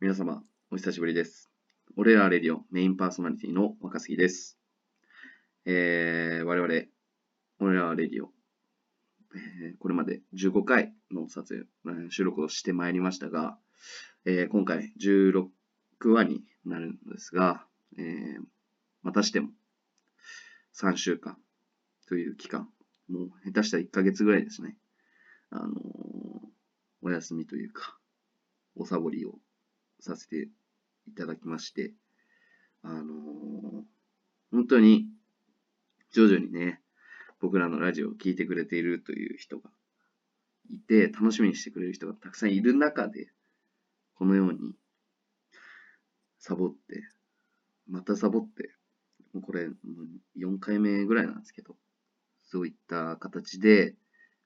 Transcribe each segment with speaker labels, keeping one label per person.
Speaker 1: 皆様、お久しぶりです。俺らレディオメインパーソナリティの若杉です。えー、我々、俺らレディオ、えーこれまで15回の撮影、えー収録をしてまいりましたが、えー今回16話になるんですが、えーまたしても3週間という期間、もう下手したら1ヶ月ぐらいですね、あのーお休みというか、おサボりをさせていただきまして、あのー本当に徐々にね、僕らのラジオを聴いてくれているという人がいて、楽しみにしてくれる人がたくさんいる中で、このように、サボって、またサボって、もうこれ、もう4回目ぐらいなんですけど、そういった形で、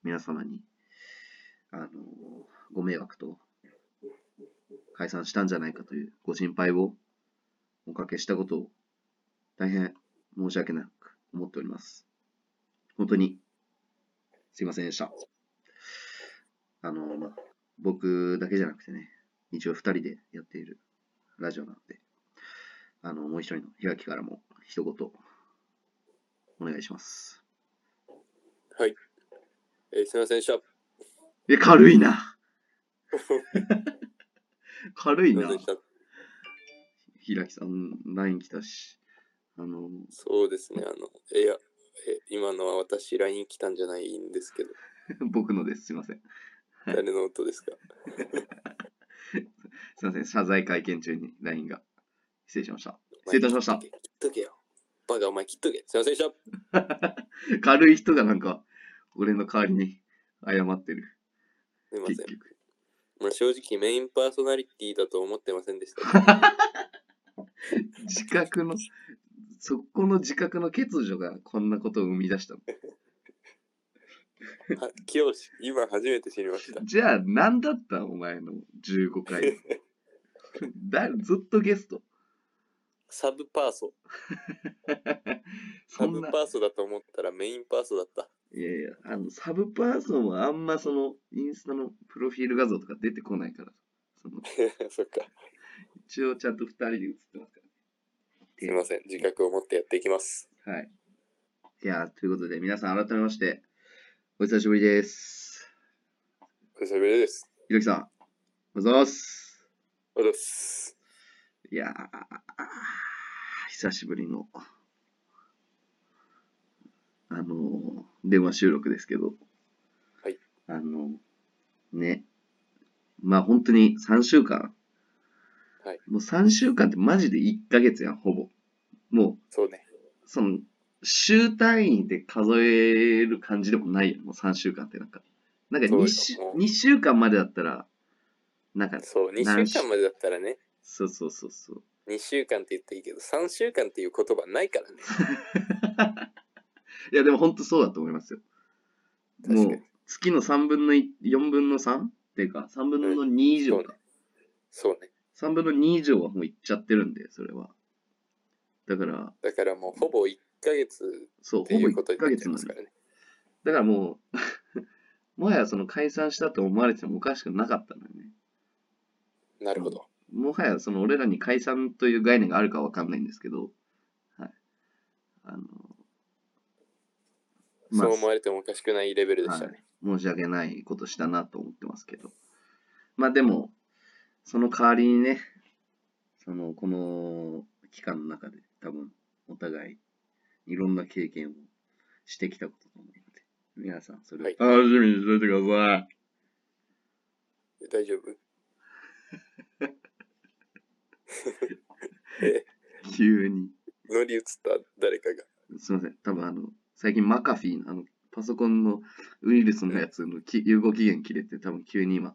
Speaker 1: 皆様に、あのーご迷惑と解散したんじゃないかというご心配をおかけしたことを大変申し訳なく思っております。本当にすいませんでした。あの、まあ、僕だけじゃなくてね、一応二人でやっているラジオなので、あの、もう一人のひがきからも一言お願いします。
Speaker 2: はい。えーすみませんでした。
Speaker 1: え、軽い な軽
Speaker 2: す
Speaker 1: い
Speaker 2: み
Speaker 1: な
Speaker 2: ませんでした。
Speaker 1: ひらきさん、LINE 来たし、あの、
Speaker 2: そうですね。あの、えいや、え今のは私、LINE 来たんじゃないんですけど、
Speaker 1: 僕のです。すいません。はい
Speaker 2: 誰の音ですか
Speaker 1: すいません、謝罪会見中に LINE が。失礼しました。失礼いたしました
Speaker 2: お前切っとけ切っとけよ。バカ、お前切っとけ。すみませんでした。
Speaker 1: 軽い人がなんか、俺の代わりに謝ってる。
Speaker 2: すみませ
Speaker 1: 結
Speaker 2: ん。
Speaker 1: 局。
Speaker 2: まあ、正直、メインパーソナリティだと思ってません でした。
Speaker 1: 自覚の、そこの自覚の欠如がこんなことを生み出したの。
Speaker 2: は清志、今初めて知りました。
Speaker 1: じゃあ、何だったお前の15回。 だずっとゲスト。
Speaker 2: サブパーソ。サ
Speaker 1: そん
Speaker 2: ブ
Speaker 1: な、
Speaker 2: パーソだと思ったらメインパーソだった。
Speaker 1: いやいや、あの、サブパーソンはあんまその、インスタのプロフィール画像とか出てこないから、その、
Speaker 2: そっか。
Speaker 1: 一応ちゃんと2人で写ってますから。
Speaker 2: すみません。自覚を持ってやっていきます。
Speaker 1: はい。いやー、ということで、皆さん改めまして、お久しぶりです。
Speaker 2: お久しぶりです。
Speaker 1: ひろきさん、おはようございます。
Speaker 2: おどす。
Speaker 1: いやー、久しぶりの、あのー、電話収録ですけど、
Speaker 2: はい。
Speaker 1: あの、ね、まあ本当に3週間、
Speaker 2: はい。
Speaker 1: もう3週間ってマジで1ヶ月やん、ほぼ。もう、
Speaker 2: そうね。
Speaker 1: その、週単位で数える感じでもないよ、もう3週間ってなんか。なんか
Speaker 2: そうよ
Speaker 1: 2, 週
Speaker 2: もう
Speaker 1: 2週間までだったら、なんか、
Speaker 2: そう、2週間までだったらね。
Speaker 1: そうそうそうそう。
Speaker 2: 2週間って言っていいけど3週間っていう言葉ないからね
Speaker 1: いや、でも本当そうだと思いますよ。
Speaker 2: 確
Speaker 1: も
Speaker 2: かに
Speaker 1: う、月の3分の1、4分の 3? っていうか、3分の2以上
Speaker 2: そう
Speaker 1: か。
Speaker 2: そうね
Speaker 1: 3分の2以上はもういっちゃってるんで、それは。だから、
Speaker 2: だからもうほぼ1ヶ月
Speaker 1: そう、
Speaker 2: って
Speaker 1: ほ
Speaker 2: い
Speaker 1: ぼ
Speaker 2: うこと
Speaker 1: 1
Speaker 2: にな
Speaker 1: ヶ
Speaker 2: っちゃ
Speaker 1: 月
Speaker 2: いま
Speaker 1: ますで
Speaker 2: か。らね
Speaker 1: だからもう、 もはやその解散したと思われてもおかしくなかったのよね。
Speaker 2: なるほど
Speaker 1: もはやその俺らに解散という概念があるかわかんないんですけど、はい。あの、ま
Speaker 2: そう
Speaker 1: あ、
Speaker 2: 思われてもおかしくないレベルでしたね
Speaker 1: 申し訳ないことしたなと思ってますけど。まあでも、その代わりにね、その、この期間の中で多分、お互い、いろんな経験をしてきたことと思うので、皆さん、そ
Speaker 2: は
Speaker 1: れ
Speaker 2: い
Speaker 1: を楽しみにしていてください。
Speaker 2: 大丈夫え
Speaker 1: 急に。
Speaker 2: 乗り移った誰かが
Speaker 1: すみません、多分あの、最近マカフィーのあの、パソコンのウイルスのやつのき有効期限切れて、多分急に今、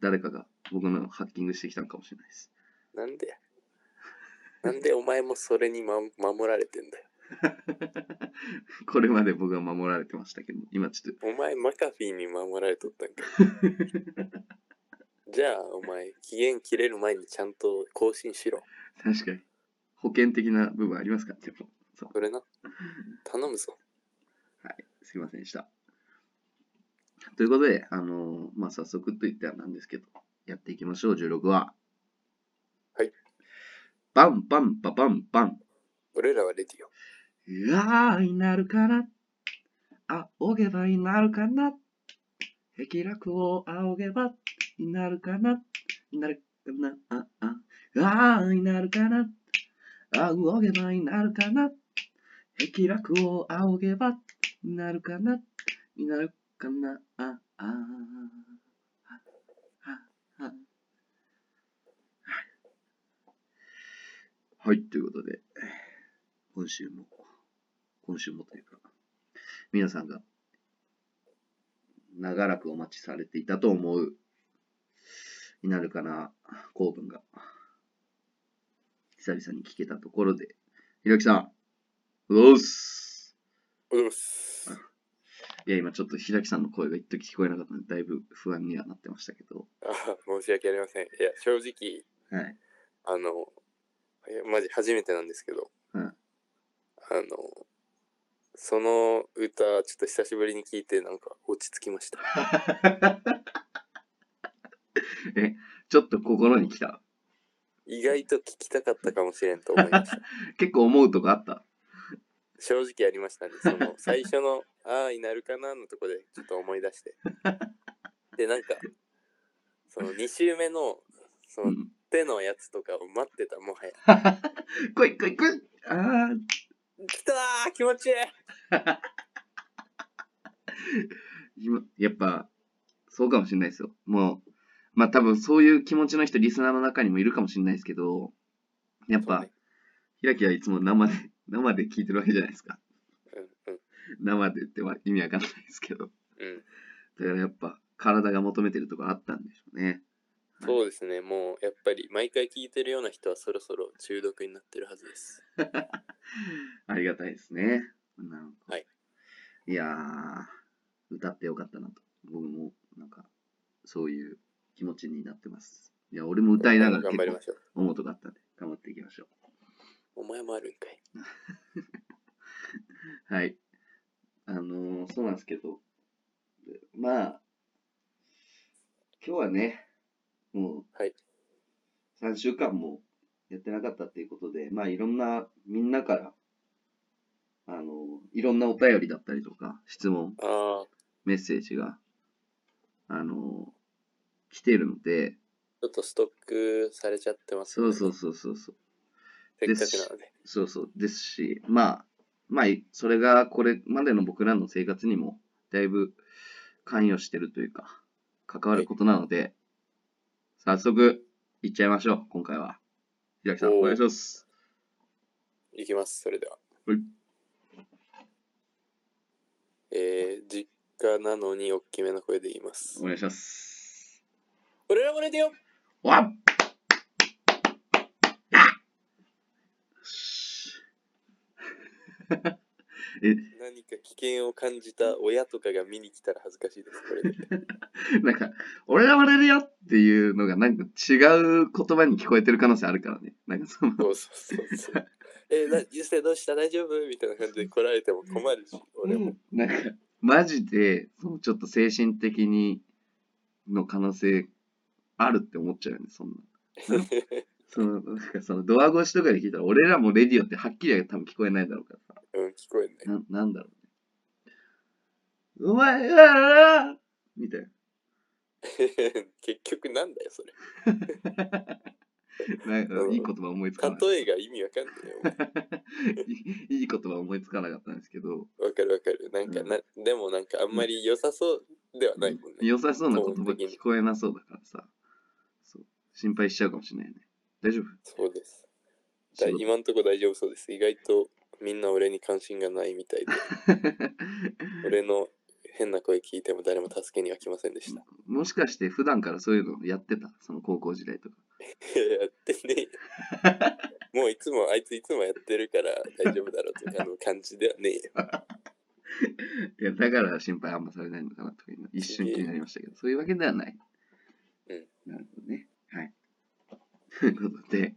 Speaker 1: 誰かが僕のハッキングしてきたのかもしれないです。
Speaker 2: なんでやなんでお前もそれに、ま、守られてんだよ
Speaker 1: これまで僕は守られてましたけど、今ちょっ
Speaker 2: お前マカフィーに守られ とったんかじゃあお前期限切れる前にちゃんと更新しろ
Speaker 1: と、確かに、保険的な部分ありますから、でも、そう、
Speaker 2: それな。頼むぞ。
Speaker 1: すいませんでした。ということで、あのまあ、早速と言ってはなんですけど、やっていきましょう、16話。
Speaker 2: はい。
Speaker 1: バンバンババンバン。
Speaker 2: 俺らはレディオ。
Speaker 1: ああ、になるかな。あ、おげばになるかな。壁落を仰げばになるかな。になるかな。あ、あ、ああ、になるかな。あ、おげばになるかな。壁落を仰げばになるかな。になるかな。あ、あ、あ、あ。はい、ということで。今週も、今週もというか、皆さんが長らくお待ちされていたと思う、になるかな、構文が、久々に聞けたところで、ひろきさん、うおっす
Speaker 2: おはようございます。
Speaker 1: いや、今ちょっとひらきさんの声が一時聞こえなかったので、だいぶ不安にはなってましたけど、
Speaker 2: あ申し訳ありません。いや、正直、
Speaker 1: はい。
Speaker 2: あの、いやマジ初めてなんですけど、
Speaker 1: うん
Speaker 2: あの、その歌、ちょっと久しぶりに聞いて、なんか落ち着き ました。
Speaker 1: ちょっと心に来た。
Speaker 2: 意外と聞きたかったかもしれんと思いま した。
Speaker 1: 結構思うとこあった。
Speaker 2: 正直ありましたね。その、最 初の、ああ、になるかなのとこで、ちょっと思い出して。で、なんか、その2週目の、そうの
Speaker 1: ん。
Speaker 2: 手のやつとかを待ってた、もはや。
Speaker 1: 来い来い来いあー、
Speaker 2: 来たー気持ちいい
Speaker 1: 今やっぱ、そうかもしれないですよ。もう、まあ多分そういう気持ちの人、リスナーの中にもいるかもしれないですけど、やっ
Speaker 2: そう
Speaker 1: ぱ
Speaker 2: ね、
Speaker 1: ひらきはいつも生で、生で聞いてるわけじゃないですか。
Speaker 2: うん
Speaker 1: 生でっては意味わかんないですけど。
Speaker 2: うんうん。
Speaker 1: だからやっぱ、体が求めてるとこあったんでしょうね。
Speaker 2: そうですね、もうやっぱり毎回聞いてるような人はそろそろ中毒になってるはずです。
Speaker 1: ありがたいですね。なんか
Speaker 2: はい。
Speaker 1: いやー、歌ってよかったなと。僕も、なんか、そういう気持ちになってます。いや、俺も歌いながら
Speaker 2: 頑
Speaker 1: 結
Speaker 2: 張り
Speaker 1: 構
Speaker 2: ましょう。
Speaker 1: 思うとこあったんで、頑張っていきましょう。
Speaker 2: お前もあるんかい。
Speaker 1: はい。あのーそうなんですけど、まあ、今日はね、もう、
Speaker 2: はい
Speaker 1: 3週間もやってなかったっていうことで、まあ、いろんな、みんなから、あのーいろんなお便りだったりとか、質問、
Speaker 2: ああ、
Speaker 1: メッセージが、あのー来てるので、
Speaker 2: ちょっとストックされちゃってます、
Speaker 1: そうそう。そうそうそう。
Speaker 2: せっかくなので。
Speaker 1: そうそう、ですし、まあ、まあ、いそれがこれまでの僕らの生活にも、だいぶ関与してるというか、関わることなので、早速、いっちゃいましょう、今回は。ひらきさん、
Speaker 2: おー
Speaker 1: お願いします。
Speaker 2: いきます、それでは。
Speaker 1: はい
Speaker 2: えー、実家なのに大きめの声で言います
Speaker 1: お。願いします。
Speaker 2: 俺らもれでよ
Speaker 1: わっよしえ、
Speaker 2: 何か危険を感じた親とかが見に来たら恥ずかしいです、これ で。
Speaker 1: なんか、俺が割れるよっていうのが、なんか違う言葉に聞こえてる可能性あるからね。なんかその、
Speaker 2: そうそうそうそう。えー、な、ゆうせいどうした大丈夫みたいな感じで来られても困るし、俺も。
Speaker 1: なんか、マジで、そのちょっと精神的に、の可能性あるって思っちゃうよね、そんな。 その、なんかそのドア越しとかで聞いたら、俺らもレディオってはっきりは多分聞こえないだろうからさ。
Speaker 2: うん、聞こえない。
Speaker 1: な、なんだろうね。お前がみたいな。
Speaker 2: 結局なんだよ、それ。
Speaker 1: なんか、いい言葉思いつかない。
Speaker 2: 例えが意味わかんないよ。
Speaker 1: いいいい言葉思いつかなかったんですけど、
Speaker 2: わかるわかる。なんかな、でもなんかあんまり良さそうではないもんね。
Speaker 1: 良さそうな言葉
Speaker 2: 基本的に
Speaker 1: 聞こえなそうだからさ。そう。心配しちゃうかもしれないね。大丈夫
Speaker 2: そうです。だ
Speaker 1: 仕事
Speaker 2: 今んとこ大丈夫そうです。意外とみんな俺に関心がないみ たいで、俺の変な声聞いても誰も助けには来ませんでした。
Speaker 1: もしかして普段からそういうのやってたその高校時代とか。
Speaker 2: い ややってねえよ。 もういつも、あいついつもやってるから大丈夫だろうとかの感じではねえよ。
Speaker 1: いや、だから心配あんまされないのかなとか今一瞬気になりましたけど、そういうわけではない。
Speaker 2: うん
Speaker 1: なるほどね。はい。 ということで、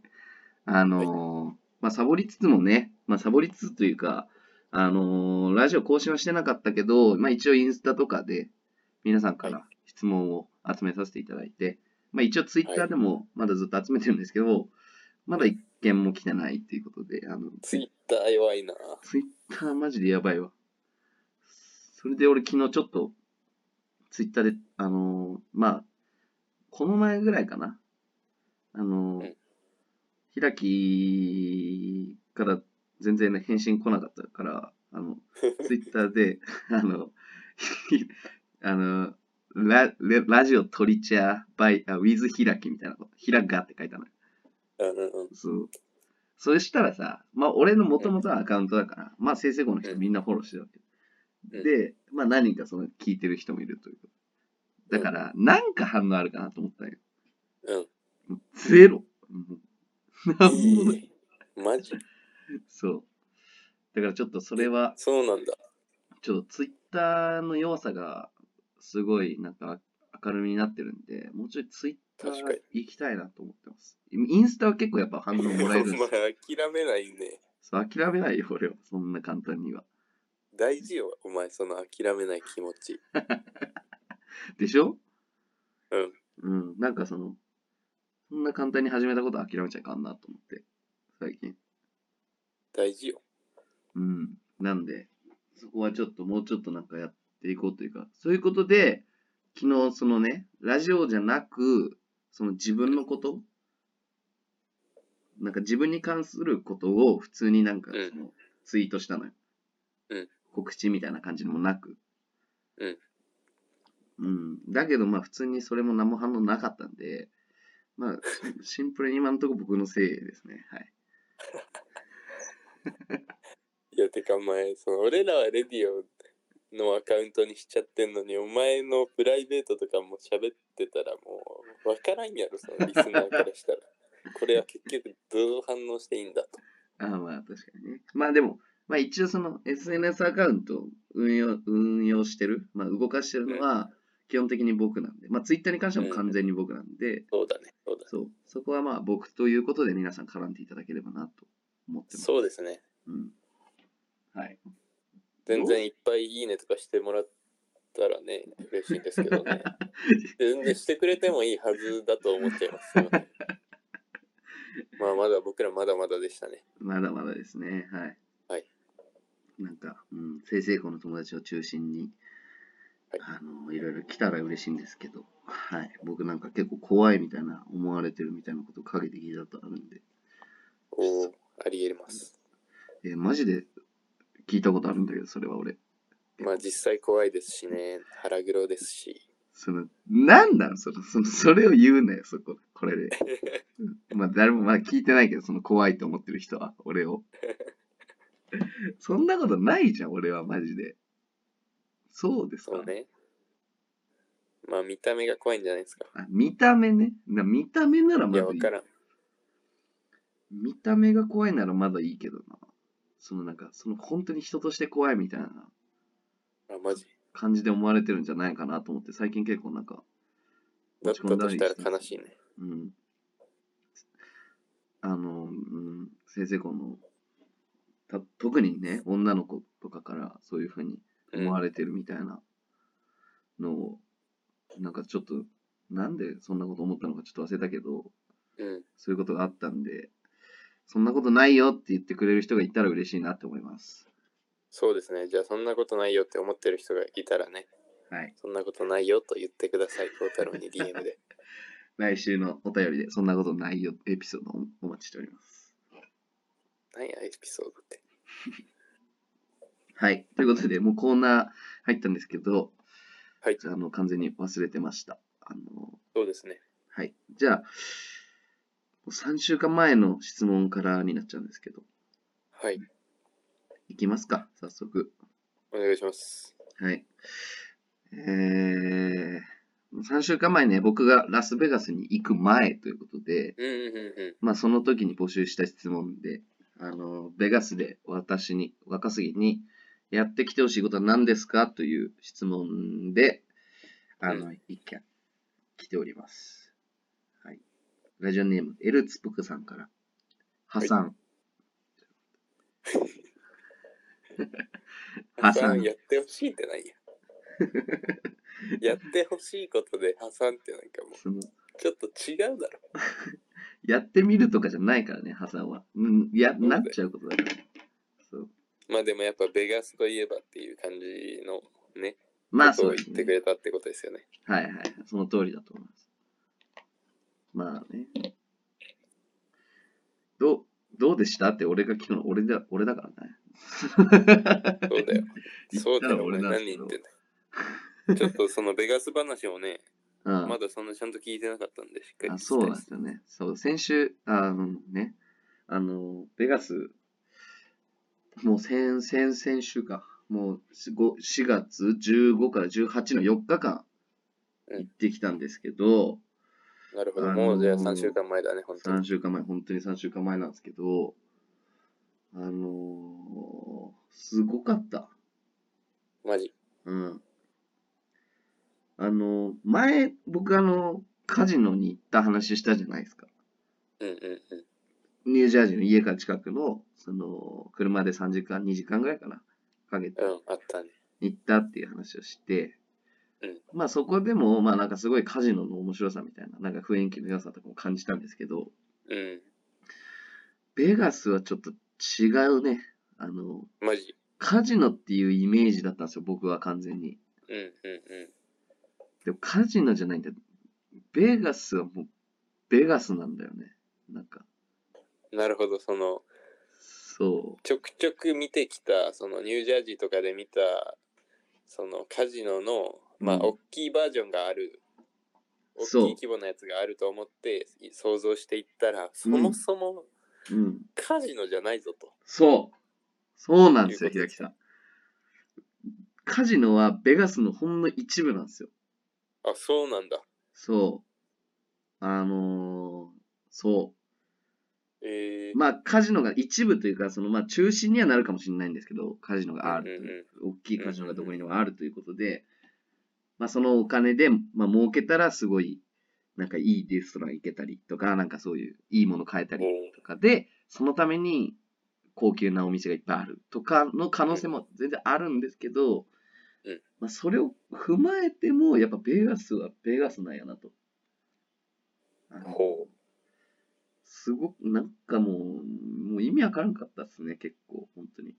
Speaker 1: あのーまあ、サボりつつもね、まあ、サボりつつというか、あのーラジオ更新はしてなかったけど、まあ、一応インスタとかで皆さんから質問を集めさせていただいて、まあ、一応ツイッターでもまだずっと集めてるんですけど、まだ一件も来てないっていうことで、あの、
Speaker 2: ツイッター弱いな。
Speaker 1: ツイッターマジでやばいわ。それで俺昨日ちょっと、ツイッターで、あのーまあ、この前ぐらいかな。あのー
Speaker 2: うん
Speaker 1: ひらきから全然ね、返信来なかったから、あの、ツイッターで、あの、ひあの、ラララジオトリチャーバイ、あ、ウィズひらきみたいなこと、ひらがって書いたのよ
Speaker 2: うんうんうん。
Speaker 1: そう。それしたらさ、まあ俺の元々のアカウントだから、まあ先生後の人みんなフォローしてるわけ。
Speaker 2: うん
Speaker 1: で、まあ何人かその聞いてる人もいるということ。だから、なんか反応あるかなと思ったんよ。
Speaker 2: うん。
Speaker 1: ゼロ。うんなんもない
Speaker 2: いいマジ
Speaker 1: そう。だからちょっとそれは、
Speaker 2: そうなんだ。
Speaker 1: ちょっとツイッターの弱さがすごいなんか明るみになってるんで、もうちょいツイッター
Speaker 2: 確かに
Speaker 1: 行きたいなと思ってます。インスタは結構やっぱ反応もら えるんです
Speaker 2: まあ
Speaker 1: よ。
Speaker 2: 諦めないね。
Speaker 1: そう、諦めないよ、俺は。そんな簡単には。
Speaker 2: 大事よ、お前、その諦めない気持ち。
Speaker 1: でしょ
Speaker 2: うん。
Speaker 1: うん。なんかその、そんな簡単に始めたことは諦めちゃいかんなと思って、最近。
Speaker 2: 大事よ。
Speaker 1: うん。なんで、そこはちょっともうちょっとなんかやっていこうというか、そういうことで、昨日そのね、ラジオじゃなく、その自分のこと、なんか自分に関することを普通になんか
Speaker 2: うん
Speaker 1: そのツイートしたのよ。
Speaker 2: うん
Speaker 1: 告知みたいな感じでもなく。
Speaker 2: うん。
Speaker 1: うん。だけどまあ普通にそれも何も反応なかったんで、まあシンプルに今のところ僕のせいですね。はい。
Speaker 2: いや、てか、お前、その俺らはレディオのアカウントにしちゃってんのに、お前のプライベートとかも喋ってたらもう、わからんやろ、そのリスナーからしたら。これは結局、どう反応していいんだと。
Speaker 1: ああまあ確かにね。まあでも、まあ一応その SNS アカウントを運用運用してる、まあ動かしてるのは基本的に僕なんで、まあ Twitter に関してはもう完全に僕なんで、
Speaker 2: そうだね、そうだ。
Speaker 1: そう、そこはまあ僕ということで皆さん絡んでいただければなと思ってます。
Speaker 2: そうですね。
Speaker 1: うん。はい。
Speaker 2: 全然いっぱいいいねとかしてもらったらね、嬉しいんですけ どね。全然してくれてもいいはずだと思っちゃいますよね。まあまだ僕らまだまだでしたね。
Speaker 1: まだまだですね。はい。
Speaker 2: はい。
Speaker 1: なんか、うん、先生校の友達を中心に、
Speaker 2: はい
Speaker 1: あの、いろいろ来たら嬉しいんですけど、はい。僕なんか結構怖いみたいな、思われてるみたいなことをかけて聞いたことあるんで、
Speaker 2: おお、ありえます。
Speaker 1: えーマジで聞いたことあるんだけど、それは俺。
Speaker 2: まあ実際怖いですしね、腹黒ですし。
Speaker 1: その、なんなのその、その、それを言うなよ、そこ、これで。まあ、誰もまだ聞いてないけど、その怖いと思ってる人は、俺 を。そんなことないじゃん、俺は、マジで。そうですか
Speaker 2: そうね。まあ見た目が怖いんじゃないですか。
Speaker 1: あ見た目ね。な見た目なら
Speaker 2: い
Speaker 1: ま
Speaker 2: や、
Speaker 1: だ
Speaker 2: わ
Speaker 1: いい。
Speaker 2: からん。
Speaker 1: 見た目が怖いならまだいいけどな。そのなんか、その本当に人として怖いみたいな
Speaker 2: あ、マジ。
Speaker 1: 感じで思われてるんじゃないかなと思って、最近結構なんか、
Speaker 2: だったとしたら悲しいね。
Speaker 1: うん。あの、うん、先生この、た特にね、女の子とかからそういうふうに
Speaker 2: うん
Speaker 1: 思われてるみたいなのを、なんかちょっと、なんでそんなこと思ったのかちょっと忘れたけど、
Speaker 2: うん。
Speaker 1: そういうことがあったんで、そんなことないよって言ってくれる人がいたら嬉しいなって思います。
Speaker 2: そうですね。じゃあそんなことないよって思ってる人がいたらね、
Speaker 1: はい。
Speaker 2: そんなことないよと言ってください、孝太郎に DM で。
Speaker 1: 来週のお便りで、そんなことないよエピソードをお待ちしております。
Speaker 2: 何や、エピソードって。
Speaker 1: はい。ということで、もうコーナー入ったんですけど、
Speaker 2: はい
Speaker 1: じゃあ、あの、完全に忘れてました。あの、
Speaker 2: そうですね。
Speaker 1: はい。じゃあ、3週間前の質問からになっちゃうんですけど、
Speaker 2: はい。
Speaker 1: いきますか、早速。
Speaker 2: お願いします。
Speaker 1: はい。えー、3週間前ね、僕がラスベガスに行く前ということで、
Speaker 2: うんうんうんうん。
Speaker 1: まあ、その時に募集した質問で、あの、ベガスで私に、若杉に、やってきてほしいことは何ですかという質問で、あの、一件来ております。はい。ラジオネーム、エルツプクさんから、ハサン。破
Speaker 2: 破
Speaker 1: 産
Speaker 2: 産やってほしいっ てないや。やってほしいことで破産ってなんかもう
Speaker 1: その、
Speaker 2: ちょっと違うだろ。
Speaker 1: やってみるとかじゃないからね、破産は。うん、いや、なっちゃうことだから。そう。
Speaker 2: まあでもやっぱベガスといえばっていう感じのね、
Speaker 1: まあ、
Speaker 2: こと
Speaker 1: そ
Speaker 2: を
Speaker 1: う
Speaker 2: 言
Speaker 1: です
Speaker 2: って
Speaker 1: ね
Speaker 2: く。れたってことですよね。
Speaker 1: はいはいはい、その通りだと思います。まあね。どう、どうでしたって俺が昨日、俺だ、俺だからね。
Speaker 2: そうだよ。
Speaker 1: 言っ
Speaker 2: そう
Speaker 1: た
Speaker 2: だ
Speaker 1: ら
Speaker 2: よ、
Speaker 1: 俺
Speaker 2: 俺
Speaker 1: なんですけ
Speaker 2: 何言
Speaker 1: ど
Speaker 2: ってんだ。ちょっとそのベガス話をね、
Speaker 1: うん。
Speaker 2: まだそんなちゃんと聞いてなかったんで、しっかり
Speaker 1: あそうなんですよね。そう、先週、あのね、あの、ベガス、もう先、先、先週か、もうすご4月15から18の4日間
Speaker 2: うん
Speaker 1: 行ってきたんですけど、
Speaker 2: なるほど、
Speaker 1: あのー
Speaker 2: もうじゃあ3週間前だね、本当
Speaker 1: 3
Speaker 2: に。
Speaker 1: 週間前、本当に3週間前なんですけど、あのーすごかった。
Speaker 2: マジ。
Speaker 1: うん。あのー前、僕あの、カジノに行った話したじゃないですか。
Speaker 2: うんうんうん。
Speaker 1: ニュージャージーの家から近くの、その、車で3時間、2時間ぐらいかな、かけて
Speaker 2: うん、あったね。
Speaker 1: 行ったっていう話をして、
Speaker 2: うん
Speaker 1: まあそこでも、まあなんかすごいカジノの面白さみたいな、なんか雰囲気の良さとかも感じたんですけど、
Speaker 2: うん、
Speaker 1: ベガスはちょっと違うね。あの、
Speaker 2: マジ。
Speaker 1: カジノっていうイメージだったんですよ、僕は完全に。
Speaker 2: うんうんうん。
Speaker 1: でもカジノじゃないんだよ。ベガスはもう、ベガスなんだよね。なんか、
Speaker 2: なるほど、その、
Speaker 1: そう。
Speaker 2: ちょくちょく見てきた、そのニュージャージーとかで見た、そのカジノの、まあ、
Speaker 1: うん
Speaker 2: 大きいバージョンがある、大き
Speaker 1: そう
Speaker 2: い規模のやつがあると思ってい想像していったら、そもそも
Speaker 1: うん。
Speaker 2: カジノじゃないぞと。
Speaker 1: そう。そうなんですよ、
Speaker 2: という
Speaker 1: 平
Speaker 2: こと
Speaker 1: 木さ
Speaker 2: です
Speaker 1: ん。カジノはベガスのほんの一部なんですよ。
Speaker 2: あ、そうなんだ。
Speaker 1: そう。あのーそ
Speaker 2: えー、
Speaker 1: う。まあ、カジノが一部というか、その、まあ、中心にはなるかもしれないんですけど、カジノがあるという、大きいカジノがどこにでもあるということで、まあ、そのお金で、まあ、儲けたらすごい、なんかいいレストラン行けたりとか、なんかそういういいもの買えたり
Speaker 2: も
Speaker 1: とかで、そのために高級なお店がいっぱいあるとかの可能性も全然あるんですけど、
Speaker 2: うん
Speaker 1: まあ、それを踏まえても、やっぱベガスはベガスなんやなと。あ
Speaker 2: う、
Speaker 1: の
Speaker 2: ほ
Speaker 1: すごく、なんかもう、もう意味わからんかったっすね、結構、本当に。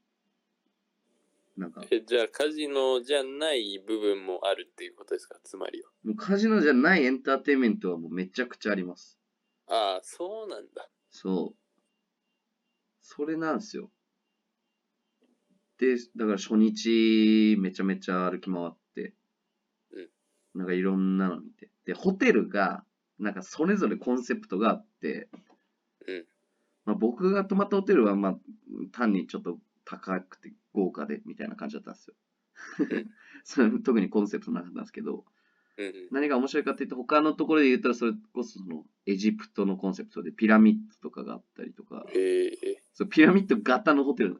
Speaker 1: なんか
Speaker 2: う。、え、じゃあカジノじゃない部分もあるっていうことですか、つまりは。
Speaker 1: もうカジノじゃないエンターテインメントはもうめちゃくちゃあります。
Speaker 2: ああ、そうなんだ。
Speaker 1: そう。それなんですよ。で、だから初日、めちゃめちゃ歩き回って、なんかいろんなの見て。で、ホテルが、なんかそれぞれコンセプトがあって、
Speaker 2: うん
Speaker 1: まあ、僕が泊まったホテルは、まあ、単にちょっと高くて豪華でみたいな感じだったんですよ。
Speaker 2: ん
Speaker 1: それ特にコンセプトなかったんですけど、
Speaker 2: うんうん。
Speaker 1: 何が面白いかっていうと、他のところで言ったら、それこそそのエジプトのコンセプトでピラミッドとかがあったりとか、
Speaker 2: えー、
Speaker 1: そうピラミッド型のホテルな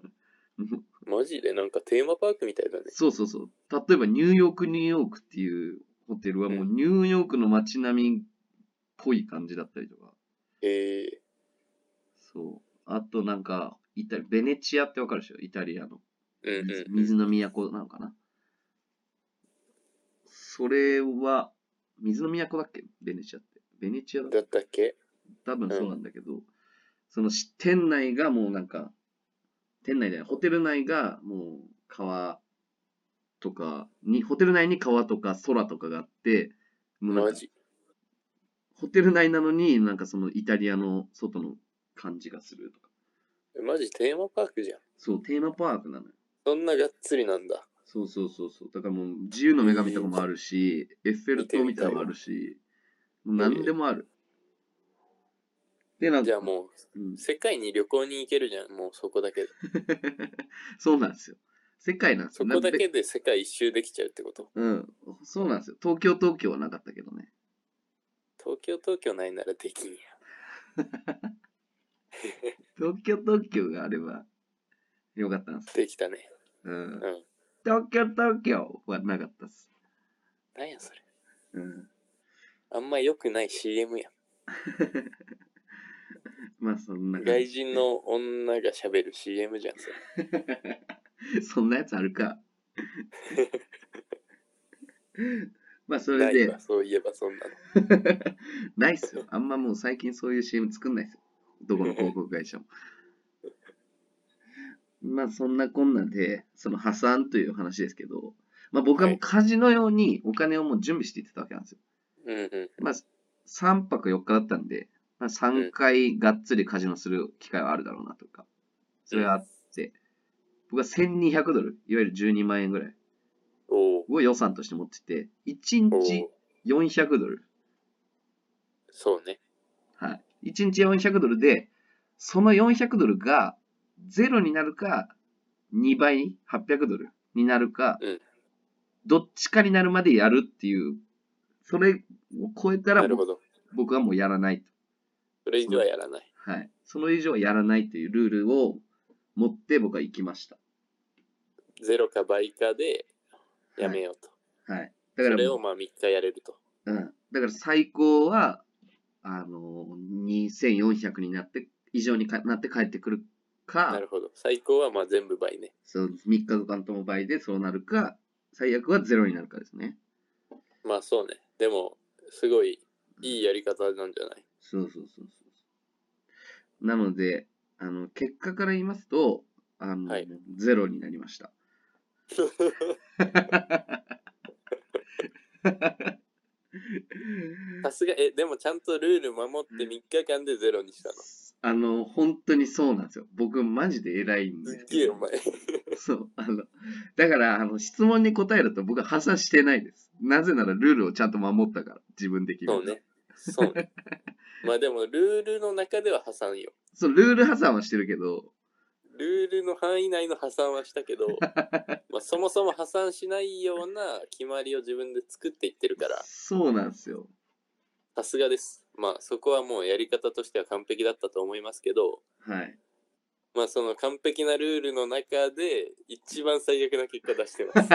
Speaker 1: の。
Speaker 2: マジでなんかテーマパークみたいだね。
Speaker 1: そうそうそう。例えばニューヨーク、ニューヨークっていうホテルはもうニューヨークの街並みっぽい感じだったりとか、
Speaker 2: えー、
Speaker 1: そう。あとなんか、イタリベネチアってわかるでしょイタリアの。
Speaker 2: うんうん
Speaker 1: 水
Speaker 2: うん。
Speaker 1: 水の都なのかなそれは、水の都だっけベネチアって。ベネチアだっけ
Speaker 2: だったっけ
Speaker 1: 多分そうなんだけど、そのし店内がもうなんか、店内じゃない、ホテル内がもう川とかに、ホテル内に川とか空とかがあって、もうなん
Speaker 2: マ
Speaker 1: か
Speaker 2: ジ
Speaker 1: ホテル内なのになんかそのイタリアの外の感じがするとか。
Speaker 2: マジテーマパークじゃん。
Speaker 1: そう、テーマパークなのよ。
Speaker 2: そんながっつりなんだ。
Speaker 1: そうそうそうそう。だからもう自由の女神とかもあるし、エッフェル塔みたいなのもあるし、もう何でもある。で、なんか、
Speaker 2: じゃあも
Speaker 1: うん
Speaker 2: う、世界に旅行に行けるじゃん。もうそこだけで。
Speaker 1: そうなんですよ。世界なんです
Speaker 2: そ
Speaker 1: よ。
Speaker 2: こだけで世界一周できちゃうってこと。
Speaker 1: うん、そうなんですよ。東京、東京はなかったけどね。
Speaker 2: 東京東京ないならできんや。
Speaker 1: 東京、東京があればよかったんです。
Speaker 2: できたね。
Speaker 1: うん
Speaker 2: う、ん。
Speaker 1: 東京、東京はなかったっす。
Speaker 2: なんやそれ。
Speaker 1: うん、
Speaker 2: あんま良くない CM やん。
Speaker 1: まあ、そんな感
Speaker 2: 外
Speaker 1: じ。
Speaker 2: 人の女が喋る CM じゃん。それ
Speaker 1: そんなやつあるか。まあそ
Speaker 2: な
Speaker 1: れ
Speaker 2: い
Speaker 1: で
Speaker 2: わ、そういえばそんなの。
Speaker 1: ないっすよ。あんまもう最近そういう CM 作んないっすよ。どこの広告会社も。まあそんなこんなで、その破産という話ですけど、まあ僕はもう家事のようにお金をもう準備していってたわけなんですよ。
Speaker 2: うんうん。
Speaker 1: まあ3泊4日だったんで、まあ3回がっつりカジノする機会はあるだろうなとか、それがあって、僕は1200ドル、いわゆる12万円ぐらい
Speaker 2: おう
Speaker 1: を予算として持ってて、1
Speaker 2: おう
Speaker 1: 日400ドル。
Speaker 2: そうね。
Speaker 1: はい。1日400ドルで、その400ドルがゼロになるか、2倍、800ドルになるか、
Speaker 2: うん
Speaker 1: どっちかになるまでやるっていう、それを超えたら
Speaker 2: なるほ
Speaker 1: 僕
Speaker 2: ど。
Speaker 1: 僕はもうやらないと。
Speaker 2: それ以上はやらない。
Speaker 1: はい。その以上はやらないというルールを持って僕は行きました。
Speaker 2: ゼロか倍かでやめようと。
Speaker 1: はい。だか
Speaker 2: そ
Speaker 1: ら、
Speaker 2: れをまあ3日やれると。
Speaker 1: うん。だから最高は、あの、2400になって、以上にかなって帰ってくるか、
Speaker 2: なるほど。最高はまあ全部倍ね。
Speaker 1: その3日間とも倍でそうなるか、最悪はゼロになるかですね。
Speaker 2: まあそうね。でも、すごいいいやり方なんじゃない
Speaker 1: そうそうそうそう。なので、あの、結果から言いますと、あの、
Speaker 2: はい
Speaker 1: ゼロになりました。
Speaker 2: さすが、え、でもちゃんとルール守って3日間でゼロにしたの。
Speaker 1: あの、本当にそうなんですよ。僕、マジで偉いんですす
Speaker 2: っげえお前。
Speaker 1: そう。あの、だから、あの、質問に答えると僕は破産してないです。なぜならルールをちゃんと守ったから、自分で決め
Speaker 2: そう
Speaker 1: た。
Speaker 2: ね。そうね。まあでも、ルールの中では破産よ。
Speaker 1: そう、ルール破産はしてるけど、
Speaker 2: ルールの範囲内の破産はしたけど、まあそもそも破産しないような決まりを自分で作っていってるから、
Speaker 1: そうなんですよ。
Speaker 2: さすがです。まあそこはもうやり方としては完璧だったと思いますけど、
Speaker 1: はい。
Speaker 2: まあその完璧なルールの中で一番最悪な結果出して ます。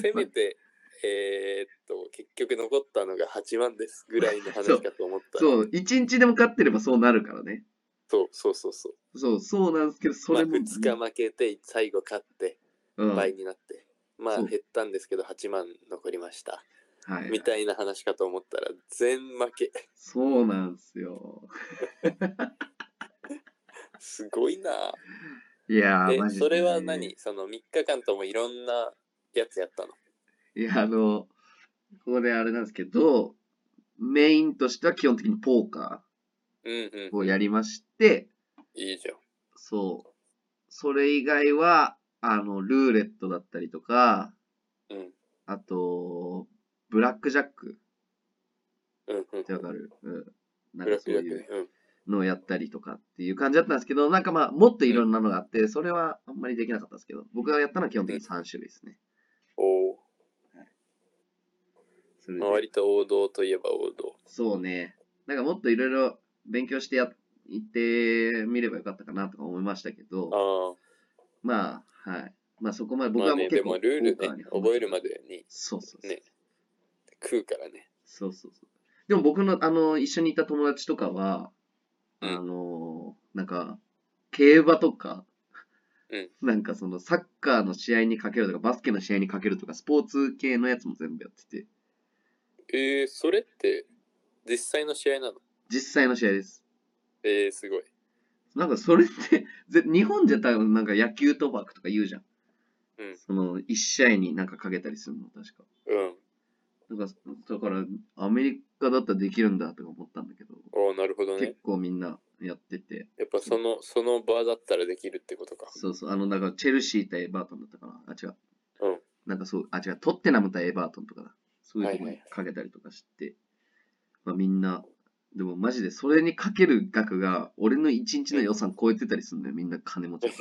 Speaker 2: せめて、えーっと、結局残ったのが8万ですぐらいの話かと思ったら。
Speaker 1: そう、一日でも勝ってればそうなるからね。
Speaker 2: そうそうそうそう。
Speaker 1: そう、そうなんですけど、そ
Speaker 2: まあ、
Speaker 1: れも。
Speaker 2: 2日負けて、最後勝って、
Speaker 1: うん、は
Speaker 2: 倍
Speaker 1: い。
Speaker 2: になって。まあ
Speaker 1: そう
Speaker 2: 減ったんですけど8万残りました。みたいな話かと思ったら全負け。
Speaker 1: そうなんですよ。
Speaker 2: すごいな。
Speaker 1: いやー、
Speaker 2: え
Speaker 1: マ、ジで。
Speaker 2: それは何その3日間ともいろんなやつやったの。
Speaker 1: いや、あの、ここであれなんですけど、メインとしては基本的にポーカ
Speaker 2: うん
Speaker 1: ー
Speaker 2: う
Speaker 1: を
Speaker 2: ん。
Speaker 1: やりまして、
Speaker 2: いいじゃん。
Speaker 1: そう。それ以外は、あの、ルーレットだったりとか、
Speaker 2: うん
Speaker 1: あと、ブラックジャック
Speaker 2: うんうん
Speaker 1: って。わかる、うん、なん
Speaker 2: ブラ
Speaker 1: か
Speaker 2: ッ
Speaker 1: そ
Speaker 2: ク
Speaker 1: う
Speaker 2: ジャッ
Speaker 1: いう
Speaker 2: クね。うん。
Speaker 1: のをやったりとかっていう感じだったんですけど、なんかまあ、もっといろんなのがあって、それはあんまりできなかったんですけど、僕がやったのは基本的に3種類ですね。
Speaker 2: おー
Speaker 1: それ
Speaker 2: まあ、
Speaker 1: で
Speaker 2: 割と王道といえば王道。
Speaker 1: そうね。なんかもっといろいろ勉強してやってみればよかったかなとか思いましたけど、
Speaker 2: あ
Speaker 1: まあ、はい。まあそこまで
Speaker 2: あ、
Speaker 1: 僕
Speaker 2: まあ
Speaker 1: はも
Speaker 2: ね、
Speaker 1: う
Speaker 2: で
Speaker 1: 結構
Speaker 2: もルールね、
Speaker 1: 豪華に
Speaker 2: 覚えるまでに
Speaker 1: そうそうそう。
Speaker 2: ね食うからね。
Speaker 1: そうそうそう。でも僕のあの一緒にいた友達とかは、
Speaker 2: うん
Speaker 1: あのなんか競馬とか、
Speaker 2: うん
Speaker 1: なんかそのサッカーの試合にかけるとかバスケの試合にかけるとかスポーツ系のやつも全部やってて
Speaker 2: えー、それって実際の試合なの
Speaker 1: 実際の試合です
Speaker 2: えー、すごい。
Speaker 1: なんかそれってぜ日本じゃ多分なんか野球賭博とか言うじゃん、
Speaker 2: うん
Speaker 1: その1試合になんかかけたりするの確か
Speaker 2: うん。
Speaker 1: なんかだからアメリカだったらできるんだとか思ったんだけど
Speaker 2: おーなるほどね
Speaker 1: 結。構みんなやってて
Speaker 2: やっぱその、その場だったらできるってことか。
Speaker 1: そうそう、あの、なんか、チェルシー対エバートンだったかな。あ、違う。
Speaker 2: うん
Speaker 1: なんかそう、あ、違う、トッテナム対エバートンとかだ。そういうとこ
Speaker 2: はい
Speaker 1: に
Speaker 2: は
Speaker 1: かけたりとかして、まあみんな、でもマジでそれにかける額が、俺の一日の予算超えてたりするんだよ、みんな金 持ちだか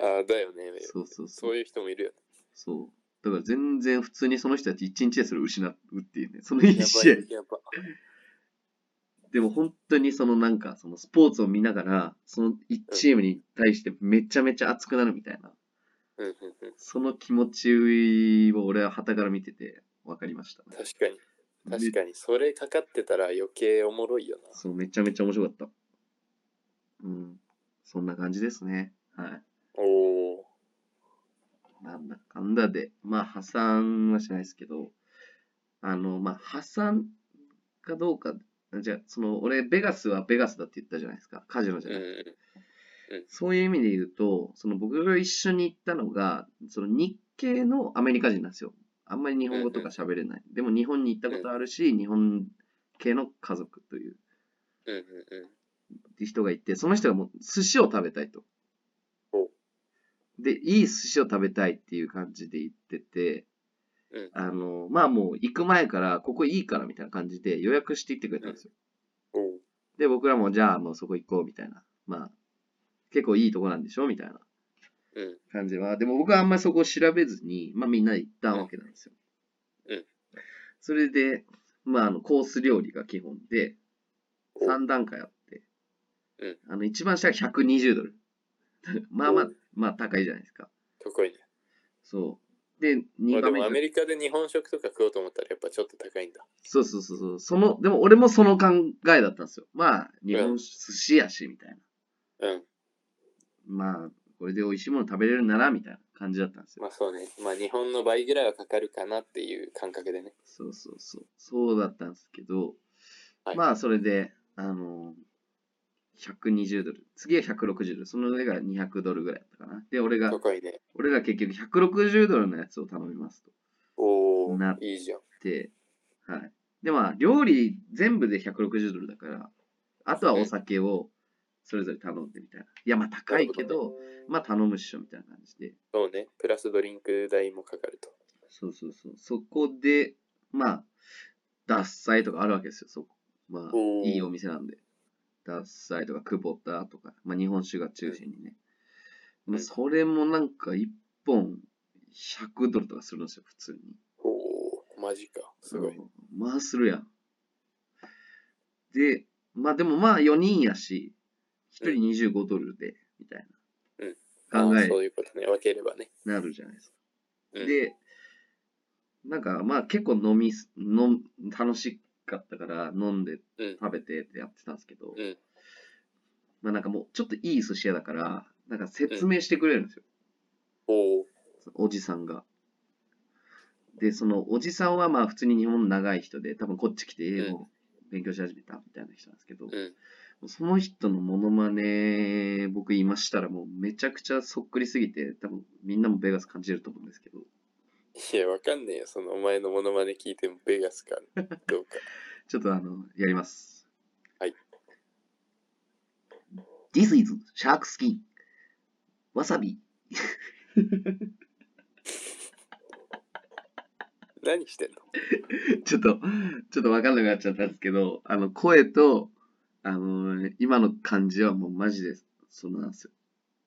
Speaker 1: ら。
Speaker 2: ああ、だよね。
Speaker 1: そうそうそ
Speaker 2: そう
Speaker 1: う。
Speaker 2: いう人もいるよね。
Speaker 1: そう。だから全然普通にその人たち一日でそれ失うって いうね、その一試合
Speaker 2: や。ばい、やば
Speaker 1: でも本当にそのなんか、そのスポーツを見ながら、その一チームに対してめちゃめちゃ熱くなるみたいな。
Speaker 2: うんうんうん。
Speaker 1: その気持ちを俺は傍から見てて分かりました。
Speaker 2: 確かに。確
Speaker 1: め
Speaker 2: かに。それかかってたら余計おもろいよな。
Speaker 1: そう、めちゃめちゃ面白かった。うん。そんな感じですね。はい。
Speaker 2: おお。
Speaker 1: なんだかんだで、まあ、破産はしないですけど、あの、まあ、破産かどうか、じゃあ、その、俺、ベガスはベガスだって言ったじゃないですか。カジノじゃ
Speaker 2: う
Speaker 1: ない。
Speaker 2: ん。
Speaker 1: そういう意味で言うと、その僕が一緒に行ったのが、その日系のアメリカ人なんですよ。あんまり日本語とか喋れない。でも日本に行ったことあるし、日本系の家族という
Speaker 2: うんうんうん。
Speaker 1: って人がいて、その人がもう寿司を食べたいと
Speaker 2: お。
Speaker 1: で、いい寿司を食べたいっていう感じで言ってて、
Speaker 2: うん
Speaker 1: あの、まあもう行く前から、ここいいからみたいな感じで予約して行ってくれたんですよ。
Speaker 2: おう
Speaker 1: で、僕らもじゃあもうそこ行こうみたいな。まあ、結構いいとこなんでしょみたいな
Speaker 2: うん
Speaker 1: 感じは。でも僕はあんまりそこを調べずに、まあみんなで行ったわけなんですよ。
Speaker 2: うん
Speaker 1: それで、まああのコース料理が基本で、
Speaker 2: お
Speaker 1: 3段階あって、
Speaker 2: うん
Speaker 1: あの一番下が120ドル。 まあまあ
Speaker 2: お、
Speaker 1: まあ高いじゃないですか。
Speaker 2: 高いね。
Speaker 1: そう。で、
Speaker 2: ま
Speaker 1: 2
Speaker 2: あで
Speaker 1: 番目
Speaker 2: も
Speaker 1: が
Speaker 2: アメリカで日本食とか食おうと思ったらやっぱちょっと高いんだ。
Speaker 1: そうそうそうそう。その、でも俺もその考えだったんですよ。まあ、日
Speaker 2: う
Speaker 1: 本
Speaker 2: ん
Speaker 1: 寿司やし、みたいな。
Speaker 2: うん。
Speaker 1: まあ、これで美味しいもの食べれるなら、みたいな感じだったんですよ。
Speaker 2: まあそうね。まあ日本の倍ぐらいはかかるかなっていう感覚でね。
Speaker 1: そうそうそう。そうだったんですけど、
Speaker 2: はい
Speaker 1: まあ、それで、あの120ドル。次は160ドル。その上が200ドルぐらいだったかな。で、俺が、
Speaker 2: 高いね。
Speaker 1: 俺ら結局160ドルのやつを頼みますと。
Speaker 2: おお
Speaker 1: な、
Speaker 2: いいじゃん。
Speaker 1: で、はい。で、まあ、料理全部で160ドルだから、あとはお酒をそれぞれ頼んでみたいな。いや、まあ高いけ
Speaker 2: なる
Speaker 1: ど、まあ頼むっしょみたいな感じで。
Speaker 2: そうね。プラスドリンク代もかかると。
Speaker 1: そうそうそう。そこで、まあ、獺祭とかあるわけですよ、そこ。まあ
Speaker 2: お、ー
Speaker 1: いいお店なんで。獺祭とか、久保田とか、まあ日本酒が中心にね。
Speaker 2: うん
Speaker 1: まあ、それもなんか1本100ドルとかするんですよ、普通に。
Speaker 2: おお、マジか。すごい。
Speaker 1: うん。まあするやん。で、まあでもまあ4人やし、1人25ドルで、みたいな。考
Speaker 2: ああ
Speaker 1: え
Speaker 2: そういうことね。分ければね。
Speaker 1: なるじゃないですか。
Speaker 2: うん
Speaker 1: で、なんかまあ結構飲みす、飲む楽しかったから飲んで
Speaker 2: うん
Speaker 1: 食べてってやってたんですけど、
Speaker 2: うん
Speaker 1: まあなんかもうちょっといい寿司屋だから、なんか説明してくれるんですよ、
Speaker 2: おお、
Speaker 1: おじさんが。で、そのおじさんはまあ普通に日本の長い人で、多分こっち来て英語を勉強し始めたみたいな人なんですけど、
Speaker 2: うん。
Speaker 1: その人のモノマネ、僕言いましたらもうめちゃくちゃそっくりすぎて、多分みんなもベガス感じると思うんですけど、
Speaker 2: いや、わかんねえよ。そのお前のモノマネ聞いてもベガスかどうか。
Speaker 1: ちょっとあの、やります。
Speaker 2: はい。
Speaker 1: This is shark skin. わさび。
Speaker 2: 何してんの
Speaker 1: ちょっと、ちょっとわかんなくなっちゃったんですけど、あの、声と、あの、今の感じはもうマジで、そうなんですよ。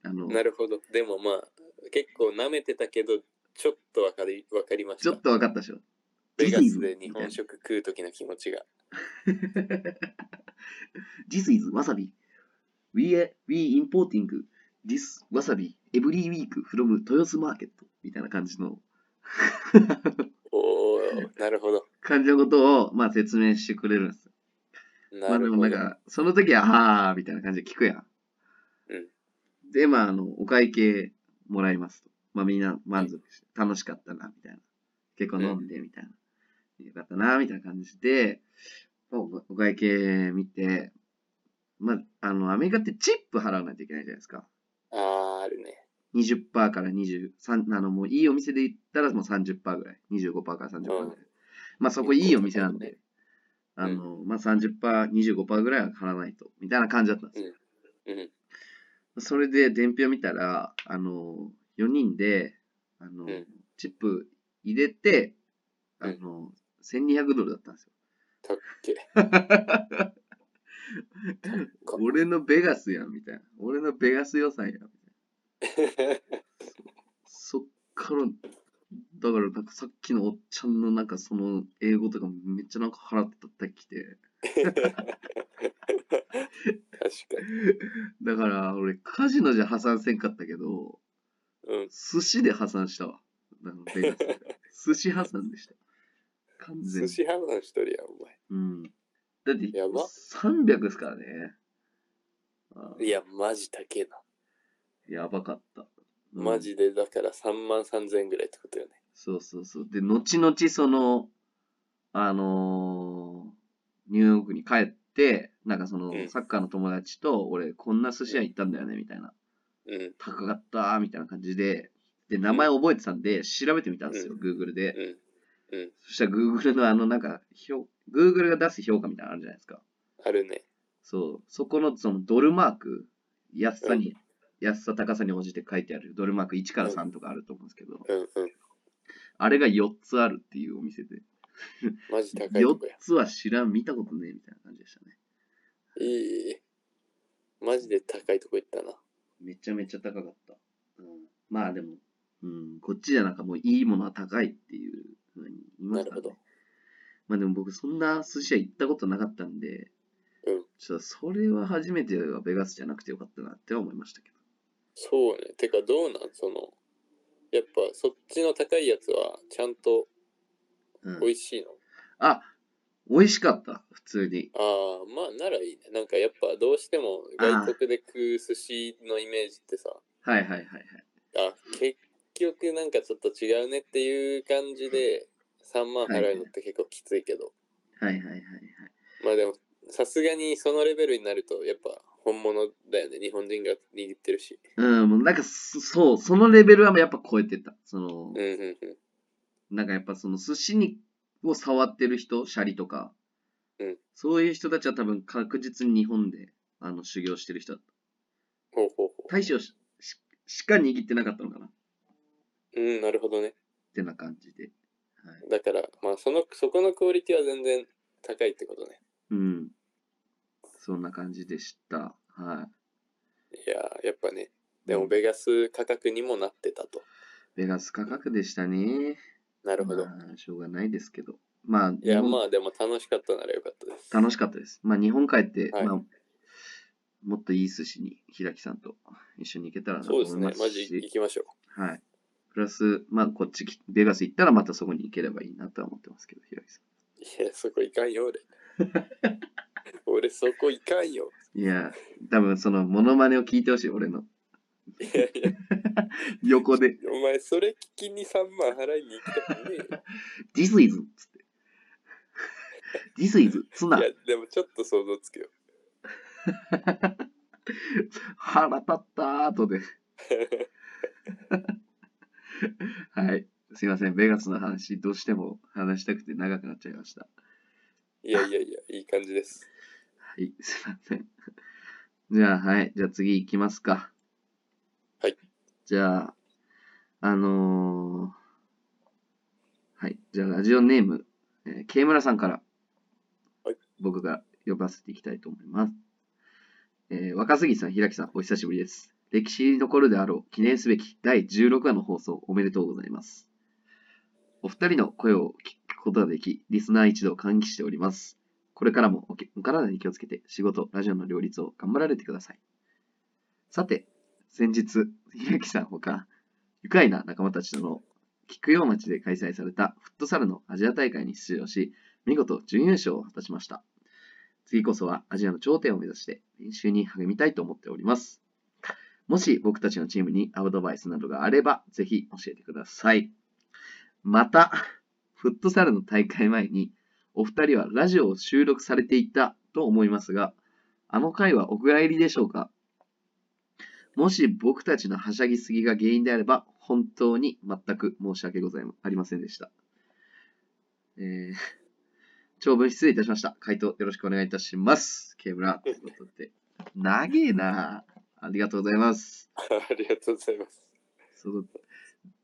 Speaker 1: あの、
Speaker 2: なるほど。でもまあ、結構舐めてたけど、ちょっとわかりわかりまし
Speaker 1: ち
Speaker 2: た。
Speaker 1: ょっとわかったでしょ。
Speaker 2: ベガスで日本食食う時の気持ちが。
Speaker 1: This is わさび。We are, we importing this わさび every week from 豊洲マーケット。みたいな感じの、
Speaker 2: おお、なるほど。
Speaker 1: 感じのことを、まあ説明してくれるんですよま
Speaker 2: な
Speaker 1: あで
Speaker 2: る
Speaker 1: も
Speaker 2: ほ
Speaker 1: な
Speaker 2: ど。
Speaker 1: んか、その時は、はあーみたいな感じで聞くやん。
Speaker 2: うん
Speaker 1: で、まあ、あの、お会計もらいますと。まあみんな満足して、楽しかったな、みたいな。結構飲んで、みたいな。よかったな、みたいな感じで、おお会計見て、まあ、あの、アメリカってチップ払わないといけないじゃないですか。
Speaker 2: ああ、あるね。
Speaker 1: 20%から23、あの、もういいお店で言ったらもう30%ぐらい。25%から30%ぐらい。
Speaker 2: うん
Speaker 1: まあそこいいお店なんで
Speaker 2: 結、
Speaker 1: あ
Speaker 2: 高いね
Speaker 1: の、まあ30%、25%ぐらいは払わないと、みたいな感じだったんですよ。
Speaker 2: うん。
Speaker 1: それで伝票見たら、あの、4人で、あの、
Speaker 2: うん
Speaker 1: チップ入れて、あ
Speaker 2: うん
Speaker 1: の、1200ドルだったんですよ。
Speaker 2: たっけ。こ
Speaker 1: 俺のベガスやん、みたいな。俺のベガス予算やん、みたいな。そっから、だからなんかさっきのおっちゃんのなんかその英語とかめっちゃなんか腹立ってきて、
Speaker 2: 確かに。
Speaker 1: だから俺カジノじゃ破産せんかったけど、
Speaker 2: うん。
Speaker 1: 寿司で破産したわ。あのベガス寿司破産でした。完全
Speaker 2: 寿
Speaker 1: に。
Speaker 2: 司派の一人や、お前。
Speaker 1: うん。だって
Speaker 2: やば
Speaker 1: 300ですからね。あー
Speaker 2: いや、マジ高えな。
Speaker 1: やばかった。うん
Speaker 2: マジでだから3万3000円ぐらいってことよね。
Speaker 1: そうそうそう。で、後々その、あのーニューヨークに帰って、なんかその、
Speaker 2: うん
Speaker 1: サッカーの友達と、俺、こんな寿司屋行ったんだよね、みたいな。
Speaker 2: うん、
Speaker 1: 高かったー、みたいな感じで、で、名前覚えてたんで、調べてみたんですよ、
Speaker 2: う
Speaker 1: Google で。
Speaker 2: うん、
Speaker 1: そしたら Google のあの、なんか、評 Google が出す評価みたいなのあるじゃないですか。
Speaker 2: あるね。
Speaker 1: そう、そこのそのドルマーク、安さに、安さ高さに応じて書いてあるドルマーク1から3とかあると思うんですけど、
Speaker 2: うんうん。
Speaker 1: あれが4つあるっていうお店で、
Speaker 2: マジ高い
Speaker 1: 4
Speaker 2: とこや。
Speaker 1: つは知らん、見たことねえみたいな感じでしたね。
Speaker 2: いいいい。マジで高いとこ行ったな。
Speaker 1: めちゃめちゃ高かった。うん、まあでも、うん、こっちじゃなんかもういいものは高いっていうふうに言いますから、ね。
Speaker 2: なるほど
Speaker 1: まあでも僕そんな寿司屋行ったことなかったんで、
Speaker 2: うん
Speaker 1: ちょっとそれは初めてはベガスじゃなくてよかったなって思いましたけど。
Speaker 2: そうね。てかどうなんその、やっぱそっちの高いやつはちゃんと
Speaker 1: うん、
Speaker 2: 美味しいの、
Speaker 1: あ、美味しかった、普通に。
Speaker 2: ああ、まあならいいね。なんかやっぱどうしても外国で食う寿司のイメージってさ、
Speaker 1: はいはいはいはい。
Speaker 2: あ、結局なんかちょっと違うねっていう感じで3万払うのって結構きついけど、
Speaker 1: はいはいはいはい。
Speaker 2: まあでもさすがにそのレベルになるとやっぱ本物だよね。日本人が握ってるし。
Speaker 1: うん、もうなんかそ、そう、そのレベルはやっぱ超えてた。その
Speaker 2: うん、うんうん。
Speaker 1: なんかやっぱその寿司にを触ってる人、シャリとか、
Speaker 2: うん
Speaker 1: そういう人たちは多分確実に日本であの修行してる人だっ
Speaker 2: ほうほうほ
Speaker 1: た。大将しししか握ってなかったのかなっ
Speaker 2: う。うん、なるほどね。
Speaker 1: てな感じで。はい、
Speaker 2: だから、まあ、その、そこのクオリティは全然高いってことね。
Speaker 1: うん。そんな感じでした。はい。
Speaker 2: いやー、やっぱね、でも、ベガス価格にもなってたと。
Speaker 1: ベガス価格でしたね。
Speaker 2: なるほど。い
Speaker 1: まあ、しょうがないですけど。まあ、日
Speaker 2: や、
Speaker 1: 本
Speaker 2: まあ、でも楽しかったならよかったです。
Speaker 1: 楽しかったです。まあ、日本帰って、
Speaker 2: はい
Speaker 1: まあ、もっといい寿司に、平木さんと一緒に行けたらなと
Speaker 2: そ
Speaker 1: 思い
Speaker 2: うです
Speaker 1: ま
Speaker 2: ね、
Speaker 1: す
Speaker 2: マジ
Speaker 1: し、
Speaker 2: 行きましょ
Speaker 1: はい。プラス、まあ、こっちき、ベガス行ったらまたそこに行ければいいなとは思ってますけど、平木さ
Speaker 2: う。いや、そこ行かんよ、俺。 俺、そこ行かんよ。
Speaker 1: ん。いや、多分その、モノマネを聞いてほしい、俺の。
Speaker 2: いやいや、
Speaker 1: 横で、
Speaker 2: お前、それ聞きに3万払いに行きたくねえ
Speaker 1: This is! つって。This is! ツナ
Speaker 2: よ。いや、でも、ちょっと想像つくよ。
Speaker 1: 腹立ったー後 で。はい。すいません、ベガスの話、どうしても話したくて長くなっちゃいました。
Speaker 2: いやいやいや、いい感じです。
Speaker 1: はい、すいません。 じゃあ、はい。じゃあ次行きますか。
Speaker 2: はい。
Speaker 1: じゃあ、あのーはい。じゃあ、ラジオネーム、えー、K 村さんから、
Speaker 2: はい
Speaker 1: 僕が呼ばせていきたいと思います。えー若杉さん、平木さん、お久しぶりです。歴史に残るであろう、記念すべき第16話の放送、おめでとうございます。お二人の声を聞くことができ、リスナー一同歓喜しております。これからもおけお体に気をつけて仕事、ラジオの両立を頑張られてください。さて、先日、ひらきさんほか、愉快な仲間たちとの菊陽町で開催されたフットサルのアジア大会に出場し、見事準優勝を果たしました。次こそはアジアの頂点を目指して練習に励みたいと思っております。もし僕たちのチームにアドバイスなどがあれば、ぜひ教えてください。また、フットサルの大会前に、お二人はラジオを収録されていたと思いますが、あの回はお蔵入りでしょうかもし僕たちのはしゃぎすぎが原因であれば、本当に全く申し訳ございまありませんでした。えー、長文失礼いたしました。回答よろしくお願いいたします。ケーブラということで。長えなありがとうございます。
Speaker 2: ありがとうございます。
Speaker 1: その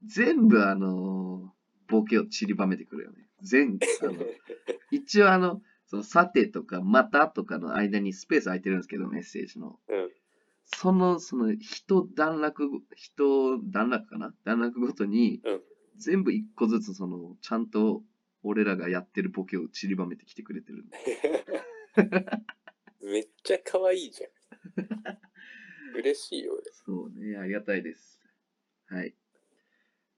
Speaker 1: 全部あのーボケを散りばめてくるよね。全あの一応あの、そのさてとかまたとかの間にスペース空いてるんですけど、メッセージの。
Speaker 2: うん。
Speaker 1: その、その、人段落ご、人段落かな段落ごとに、
Speaker 2: うん
Speaker 1: 全部一個ずつ、その、ちゃんと俺らがやってるボケを散りばめてきてくれてるんで。
Speaker 2: めっちゃ可愛いじゃん。嬉しいよ、
Speaker 1: そうね、ありがたいです。はい。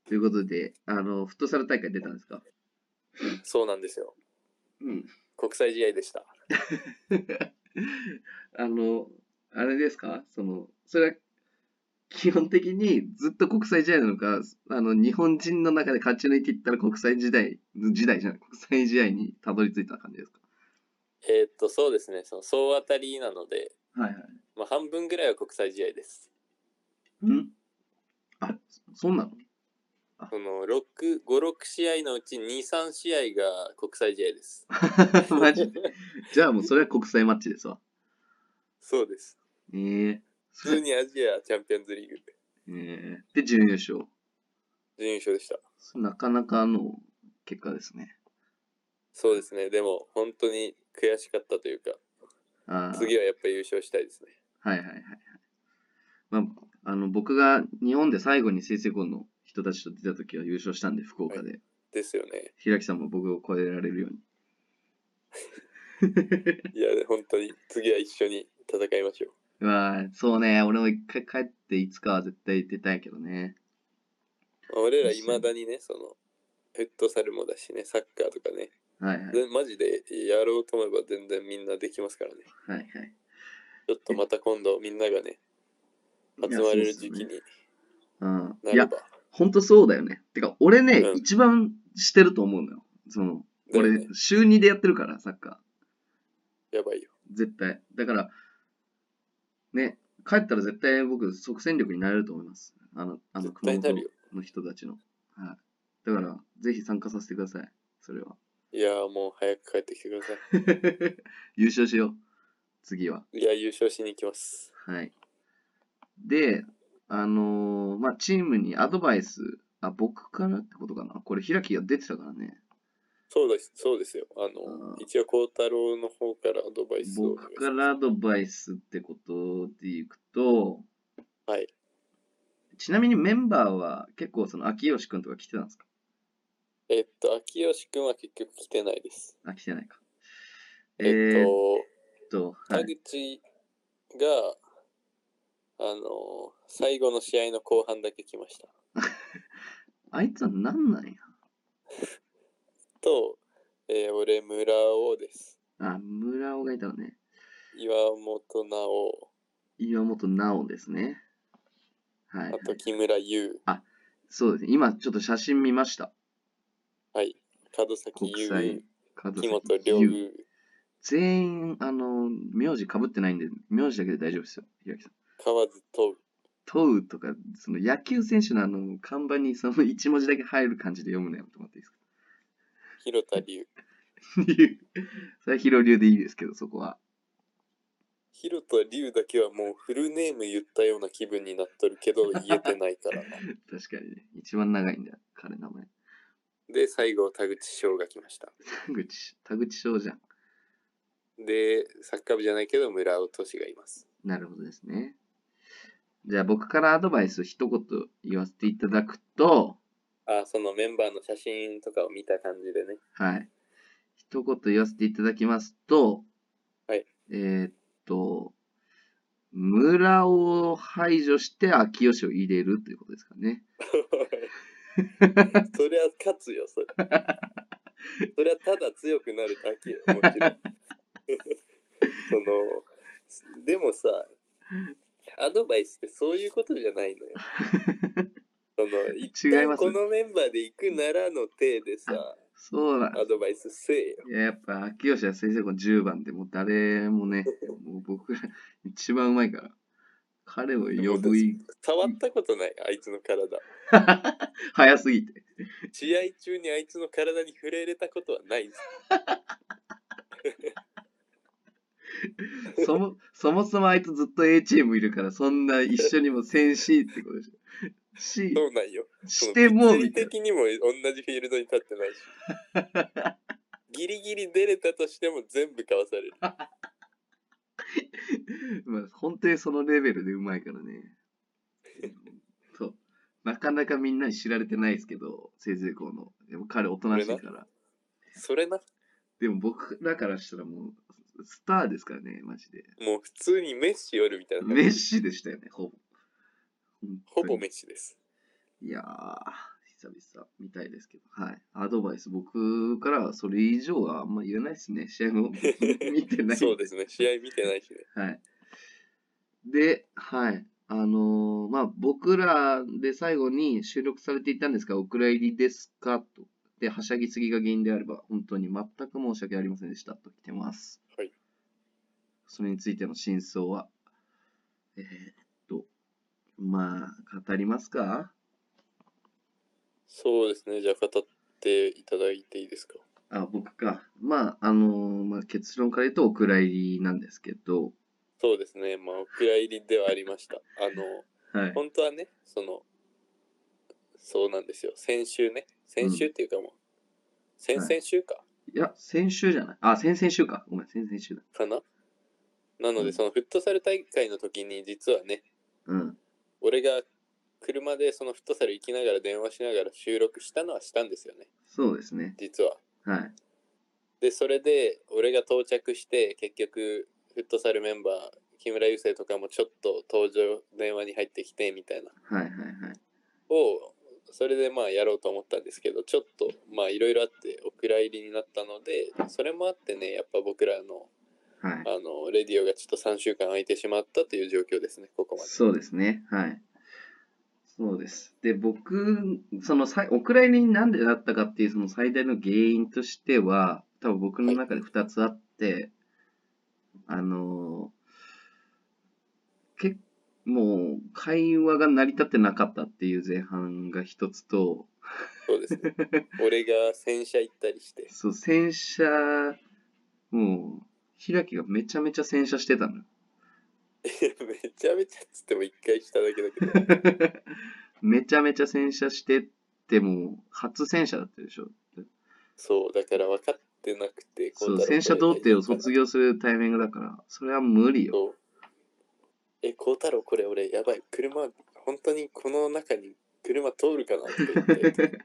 Speaker 1: ということで、あの、フットサル大会出たんですか
Speaker 2: 俺。そうなんですよ。
Speaker 1: うん。
Speaker 2: 国際試合でした。
Speaker 1: あの、あれですかその、それは、基本的にずっと国際試合なのか、あの、日本人の中で勝ち抜いていったら国際時代、時代じゃない、国際試合にたどり着いた感じですか
Speaker 2: えーっと、そうですね。その総当たりなので、
Speaker 1: はいはい。
Speaker 2: まあ、半分ぐらいは国際試合です。
Speaker 1: うんあ、そんな の
Speaker 2: その6、5、6試合のうち2、3試合が国際試合です。
Speaker 1: マジじゃあもうそれは国際マッチですわ。
Speaker 2: そうです。
Speaker 1: ええ
Speaker 2: 普通にアジアチャンピオンズリーグで
Speaker 1: ええで、準優勝。
Speaker 2: 準優勝でした。
Speaker 1: なかなかの結果ですね。
Speaker 2: そうですね。でも、本当に悔しかったというか、
Speaker 1: あー
Speaker 2: 次はやっぱり優勝したいですね。
Speaker 1: はいはいはいはい。まあ、あの、僕が日本で最後に成績の人たちと出た時は優勝したんで、福岡で。
Speaker 2: ですよね。
Speaker 1: 平木さんも僕を超えられるように。
Speaker 2: いや、本当に次は一緒に戦いましょう。
Speaker 1: まあ、そうね、俺も一回帰っていつかは絶対出たいけどね。
Speaker 2: 俺ら未だにね、その、フットサルもだしね、サッカーとかね、
Speaker 1: はいはい。
Speaker 2: でマジでやろうと思えば全然みんなできますからね。
Speaker 1: はいはい。
Speaker 2: ちょっとまた今度みんながね、集まれる時期
Speaker 1: いやそうっすね
Speaker 2: に
Speaker 1: うん。
Speaker 2: ないれ
Speaker 1: や、
Speaker 2: ば。
Speaker 1: ほんとそうだよね。てか、俺ね、
Speaker 2: うん
Speaker 1: 一番してると思うのよ。その、
Speaker 2: だよ
Speaker 1: 俺
Speaker 2: ね、
Speaker 1: 週2でやってるから、サッカ
Speaker 2: やばいよ。
Speaker 1: ー。絶対。だから、ね、帰ったら絶対僕、即戦力になれると思います。あの、あの、
Speaker 2: 絶
Speaker 1: 熊
Speaker 2: 対な
Speaker 1: 本
Speaker 2: るよ。
Speaker 1: の人たちの。はい。だから、ぜひ参加させてください。そ れは。
Speaker 2: いやーもう早く帰ってきてくださ
Speaker 1: 優勝しよう。次は。
Speaker 2: い。いや、優勝しに行きます。
Speaker 1: はい。で、あのーまあ、チームにアドバイス、あ、僕からってことかな。これ、開きが出てたからね。
Speaker 2: そうです、そうですよ。あ
Speaker 1: あ
Speaker 2: の、
Speaker 1: ー
Speaker 2: 一応、孝太郎の方からアドバイスをお願い
Speaker 1: 僕
Speaker 2: します。
Speaker 1: からアドバイスってことでいくと、
Speaker 2: はい。
Speaker 1: ちなみにメンバーは結構その秋吉くんとか来てたんですか
Speaker 2: えっと、秋吉くんは結局来てないです。
Speaker 1: あ、来てないか。え
Speaker 2: えっと、
Speaker 1: ーっと、は
Speaker 2: 田
Speaker 1: い。
Speaker 2: 口が、あの、最後の試合の後半だけ来ました。
Speaker 1: あいつはなんなんや。
Speaker 2: と、えー俺、村尾です。
Speaker 1: あ、村尾がいたのね。
Speaker 2: 岩本直、
Speaker 1: 岩本直ですね。はい
Speaker 2: あ。と木村優、
Speaker 1: そうですね。今ちょっと写真見ました。
Speaker 2: はい、門崎
Speaker 1: 国際
Speaker 2: 優、
Speaker 1: 門
Speaker 2: 木
Speaker 1: 崎
Speaker 2: 本涼
Speaker 1: 優
Speaker 2: 優、
Speaker 1: 全員、あの、名字かぶってないんで、名字だけで大丈夫ですよ。平木さん。
Speaker 2: 河津東
Speaker 1: 問うとか、その野球選手のあの、看板にその一文字だけ入る感じで読むのやめてもらっていいですか
Speaker 2: 広田龍。
Speaker 1: 流それは広流でいいですけど、そこは。
Speaker 2: 広田龍だけはもうフルネーム言ったような気分になっとる けど言えてないからな。
Speaker 1: 確かにね。一番長いんだよ、彼の名前。
Speaker 2: で、最後、田口翔が来ました。
Speaker 1: 田口、田口翔じゃん。
Speaker 2: で、サッカー部じゃないけど村尾俊がいます。
Speaker 1: なるほどですね。じゃあ僕からアドバイスを一言言わせていただくと、
Speaker 2: あ、そのメンバーの写真とかを見た感じ でね。
Speaker 1: はい。一言言わせていただきますと、
Speaker 2: はい。
Speaker 1: えーっと、村を排除して秋吉を入れるということですかね。
Speaker 2: そりゃ勝つよ、それ。そりゃただ強くなるだけよ、もちろん。 その、でもさ、アドバイスってそういうことじゃないのよ。その、一
Speaker 1: 違い
Speaker 2: 旦
Speaker 1: ます
Speaker 2: このメンバーで行くならの体でさ、
Speaker 1: そうなん
Speaker 2: アドバイスせえよ。
Speaker 1: いや、やっぱ、秋吉は先生この10番でもう誰もね、もう僕ら一番うまいから、彼を呼ぶい、
Speaker 2: 触ったことない、あいつの体。
Speaker 1: 早すぎて。
Speaker 2: 試合中にあいつの体に触れれたことはないです。
Speaker 1: そも、そもそもあいつずっと A チームいるから、そんな一緒にも戦士ってことでしょ。し、
Speaker 2: そうなんよ。
Speaker 1: しても、
Speaker 2: 物理
Speaker 1: みたい
Speaker 2: 的にも同じフィールドに立ってない しギリギリ出れたとしても全部かわされる
Speaker 1: な。まあ、本当にそのレベルでうまいからね。そう。なかなかみんなに知られてないですけど、先生この。でも彼おとなしいから。
Speaker 2: それな
Speaker 1: でも僕らからしたらもう、スターですからね、マジで。
Speaker 2: もう普通にメッシよるみ たいな感じ
Speaker 1: メッシでしたよね、ほぼ。
Speaker 2: ほぼ
Speaker 1: メ
Speaker 2: メッシです
Speaker 1: いやー、久々みたいですけど、はい。アドバイス、僕からはそれ以上はあんま言えないですね。試合も見てない。
Speaker 2: そうですね試合見てないしね
Speaker 1: はい。で、はい。あのーまあ、僕らで最後に収録されていたんですが、お蔵入りですかと。で、はしゃぎすぎが原因であれば、本当に全く申し訳ありませんでしたと来てます。
Speaker 2: はい。
Speaker 1: それについての真相は、えーっと、まあ、語りますか
Speaker 2: そうですね。じゃあ語っていただいていいですか。
Speaker 1: あ、僕か。まあ、あのーまあ、結論から言うとお蔵入りなんですけど、
Speaker 2: そうですね。まあ、お蔵入りではありました。あの、
Speaker 1: はい。
Speaker 2: 本当はね、その、そうなんですよ。先週ね。先週っていうかもう、先
Speaker 1: はい
Speaker 2: 々週か。
Speaker 1: いや、先週じゃない。あ、先々週か。ごめん、先々週だ。
Speaker 2: かななの
Speaker 1: う
Speaker 2: で、
Speaker 1: ん
Speaker 2: そのフットサル大会の時に、実はね、
Speaker 1: うん。
Speaker 2: 俺が車でそのフットサル行きながら電話しながら収録したのはしたんですよね、
Speaker 1: そうですね。
Speaker 2: 実は。
Speaker 1: はい。
Speaker 2: で、それで、俺が到着して、結局、フットサルメンバー、木村優星とかもちょっと登場、電話に入ってきて、みたいな、
Speaker 1: はいはいはい。
Speaker 2: を、それでまあやろうと思ったんですけど、ちょっとまあいろいろあって、お蔵入りになったので、それもあってね、やっぱ僕らの、
Speaker 1: はい。
Speaker 2: あの、レディオがちょっと3週間空いてしまったという状況ですね、ここまで。
Speaker 1: そうですね。はい。そうです。で、僕、そのさい、お蔵入りになんでなったかっていう、その最大の原因としては、多分僕の中で2つあって、あのー、けもう、会話が成り立ってなかったっていう前半が1つと、
Speaker 2: そうですね。俺が洗車行ったりして。
Speaker 1: そう、洗車、もう、開きがめちゃめちゃ洗車してたのよ。
Speaker 2: めちゃめちゃっつっても一回しただけだけど。
Speaker 1: めちゃめちゃ洗車してって、もう、初洗車だったでしょ。
Speaker 2: そう、だから分かってなくて、
Speaker 1: そう、戦車童貞を卒
Speaker 2: 業。
Speaker 1: 業するタイミングだから、それは無理よ。
Speaker 2: そうえ、孝太郎、これ俺、やばい。車、本当にこの中に車通るかなって 言って。